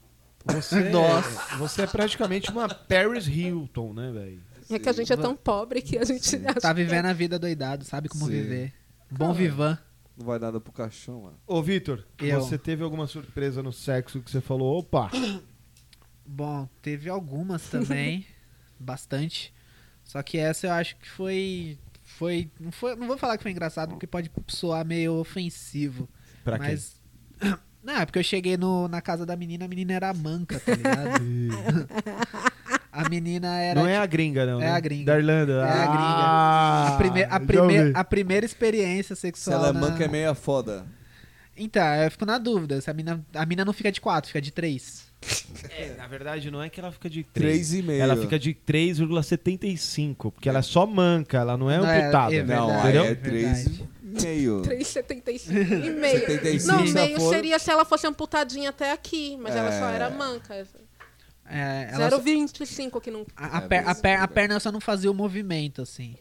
A: Você, Nossa. você é praticamente uma Paris Hilton, né, velho?
E: É que a gente é tão pobre que a gente [LAUGHS] acha
C: Tá vivendo a vida doidado, sabe como
D: Sim.
C: viver. Bom vivan.
D: Não vai nada pro caixão, mano.
A: Ô, Vitor,
C: Eu.
A: você teve alguma surpresa no sexo que você falou, opa,
C: Bom, teve [LAUGHS] algumas também, bastante. Só que essa eu acho que foi, foi, não foi, não vou falar que foi engraçado porque pode soar meio ofensivo.
A: pra quem?
C: mas [COUGHS] não, é porque eu cheguei no, na casa da menina, a menina era manca, tá
A: [LAUGHS]
C: ligado? a menina era
A: não é a gringa, não.
C: É
A: né?
C: a gringa.
A: Da Irlanda.
C: É a gringa.
A: Ah,
C: a, prime a,
A: já
C: prime
A: ouvi.
C: a primeira experiência
D: Se
C: sexual.
D: ela é
C: na-
D: manca, é meia foda.
C: Então, eu fico na dúvida. Se a, mina, a mina não fica de 4, fica de 3.
F: É, na verdade, não é que ela fica de 3.
D: 3,5.
A: Ela fica de 3,75, porque ela é só manca, ela não é
C: Não, é-
A: amputada.
C: é
D: Não,
C: Verdade,
D: aí é
C: verdade.
D: 3,5.
E: 3,75 e meio.
D: 75
E: não,
D: se
E: meio
D: for-
E: seria se ela fosse amputadinha até aqui, mas ela só era manca.
C: É, ela só-
E: 0,25 que não.
C: a, a
D: É,
C: per- a
D: mas-
C: per- a perna só não fazia o movimento, assim.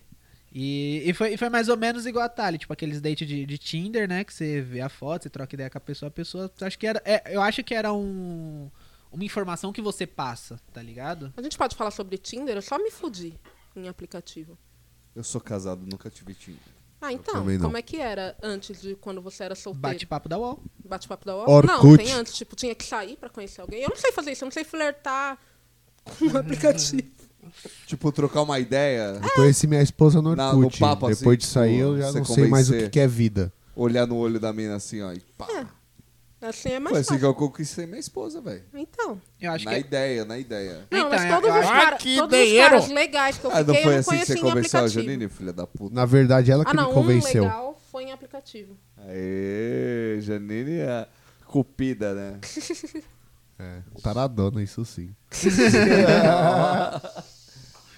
C: E, e, foi, e foi mais ou menos igual a Thali, tipo aqueles dates de, de Tinder, né? Que você vê a foto, você troca ideia com a pessoa, a pessoa. Acho que era, é, eu acho que era um, uma informação que você passa, tá ligado?
E: A gente pode falar sobre Tinder? Eu só me fudi em aplicativo.
D: Eu sou casado, nunca tive Tinder.
E: Ah, então,
B: também não.
E: como é que era antes de quando você era solteiro?
C: Bate-papo da UOL.
E: Bate-papo da hora? Não,
B: Orkut.
E: tem antes, tipo, tinha que sair pra conhecer alguém. Eu não sei fazer isso, eu não sei flertar com um aplicativo.
D: Tipo, trocar uma ideia,
B: Eu conheci minha esposa no
D: Na-
B: Orkut.
D: no papo, assim,
B: Depois disso aí eu já
D: você
B: não sei mais o que,
D: convencer.
B: que é vida.
D: olhar no olho da mina assim, ó, e pá.
E: É. Assim é mais
D: Foi assim
E: fácil.
D: que eu conquistei minha esposa, velho.
E: Então.
C: Eu acho
D: Na
C: que. é-
D: ideia, na ideia.
E: Não,
C: Então,
E: mas
C: eu-
E: todos,
C: eu
E: os,
C: acho-
E: cara,
G: que
E: todos os
G: dinheiro!
E: caras legais que eu
D: Ah,
E: fiquei,
D: não foi
E: eu não
D: assim que
E: conheci
D: você
E: em
D: convenceu a
E: aplicativo.
D: Janine, filha da puta?
B: Na verdade, ela que
E: ah, não,
B: me
E: um
B: convenceu.
E: legal foi em aplicativo.
D: Aê, Janine é cupida, né?
B: É, taradona, isso sim.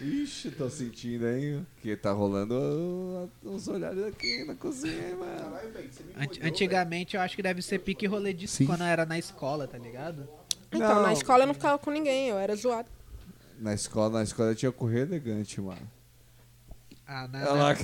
D: Ixi, tô sentindo, hein? Que tá rolando uh, uns olhares aqui na cozinha, hein, mano.
C: Ant- antigamente eu acho que deve ser pique rolê de
B: Sim.
C: quando era na escola, tá ligado?
E: Então,
D: Não.
E: na escola eu não ficava com ninguém, eu era zoado.
D: Na escola, na escola eu tinha correr elegante, mano.
C: Ah, na,
D: Ela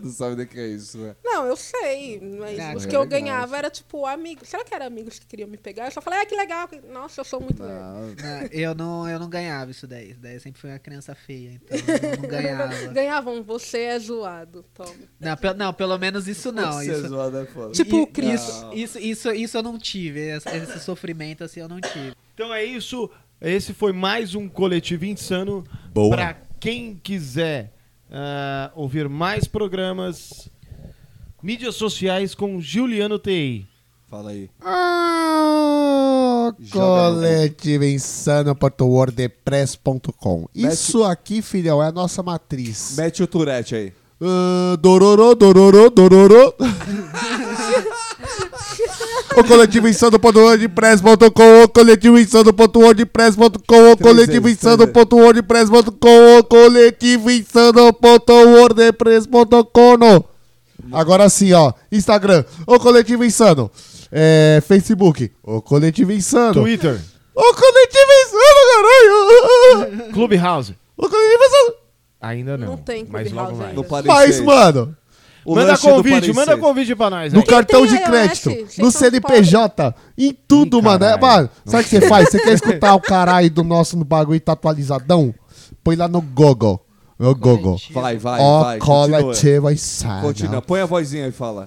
D: não sabe nem o que [LAUGHS] é isso, né?
E: Não, eu sei, mas
C: Ah,
E: os
D: é
E: que eu
D: legal.
E: ganhava era tipo amigos. Será que era amigos que queriam me pegar? Eu só falei, ah, que legal. Nossa, eu sou muito legal.
D: Não,
C: na- eu, não, eu não ganhava isso daí. Isso daí eu sempre fui uma criança feia, então eu [LAUGHS] não ganhava.
E: Ganhavam, você é zoado, toma.
C: não, pe- não, pelo menos isso não.
D: você
C: Isso,
D: zoado é foda.
E: Tipo
C: E-
E: o Cris.
C: Isso, isso, isso, isso eu não tive. Esse, esse sofrimento assim eu não tive.
A: Então é isso. Esse foi mais um Coletivo Insano.
G: Boa.
A: Pra quem quiser ah, ouvir mais programas, mídias sociais com Juliano TI.
D: Fala aí.
B: Ah,
D: Joga no-
B: coletivoinsano.wordpress.com
D: Mete-
B: Isso aqui, filhão, é a nossa matriz.
D: Mete o Tourette aí.
B: Ah, dororô, dororô, dororô. o coletivo insano.wordpress.com, o coletivo insano.wordpress.com, o coletivo insano.wordpress.com, o coletivo insano.wordpress.com. Agora sim, ó. Instagram, o coletivo insano. É, Facebook, o coletivo insano.
A: Twitter,
B: O coletivo insano, caralho.
A: Clubhouse.
B: O coletivo insano.
A: Ainda não.
E: Não tem
A: mas logo
E: Clubhouse
A: mais.
E: ainda.
D: No Paris
B: Mas,
D: seis.
B: mano.
D: O
A: Manda
D: lanche do
A: convite,
D: Paris
A: manda
D: seis.
A: convite pra nós. né?
B: No
A: Aí.
B: cartão
E: tem
B: de
E: iOS,
B: crédito,
E: vocês
B: no
E: são
B: CNPJ, em tudo,
A: Ih,
B: mano. É,
A: caralho.
B: mano, sabe o que você faz? Você
D: [LAUGHS]
B: quer escutar o caralho do nosso no bagulho e tá atualizadão? Põe lá no Google. No Google.
D: Vai, vai,
B: Ó,
D: vai.
B: cola
D: Continua.
B: tchê, vai sai.
D: Continua. Põe a vozinha e fala.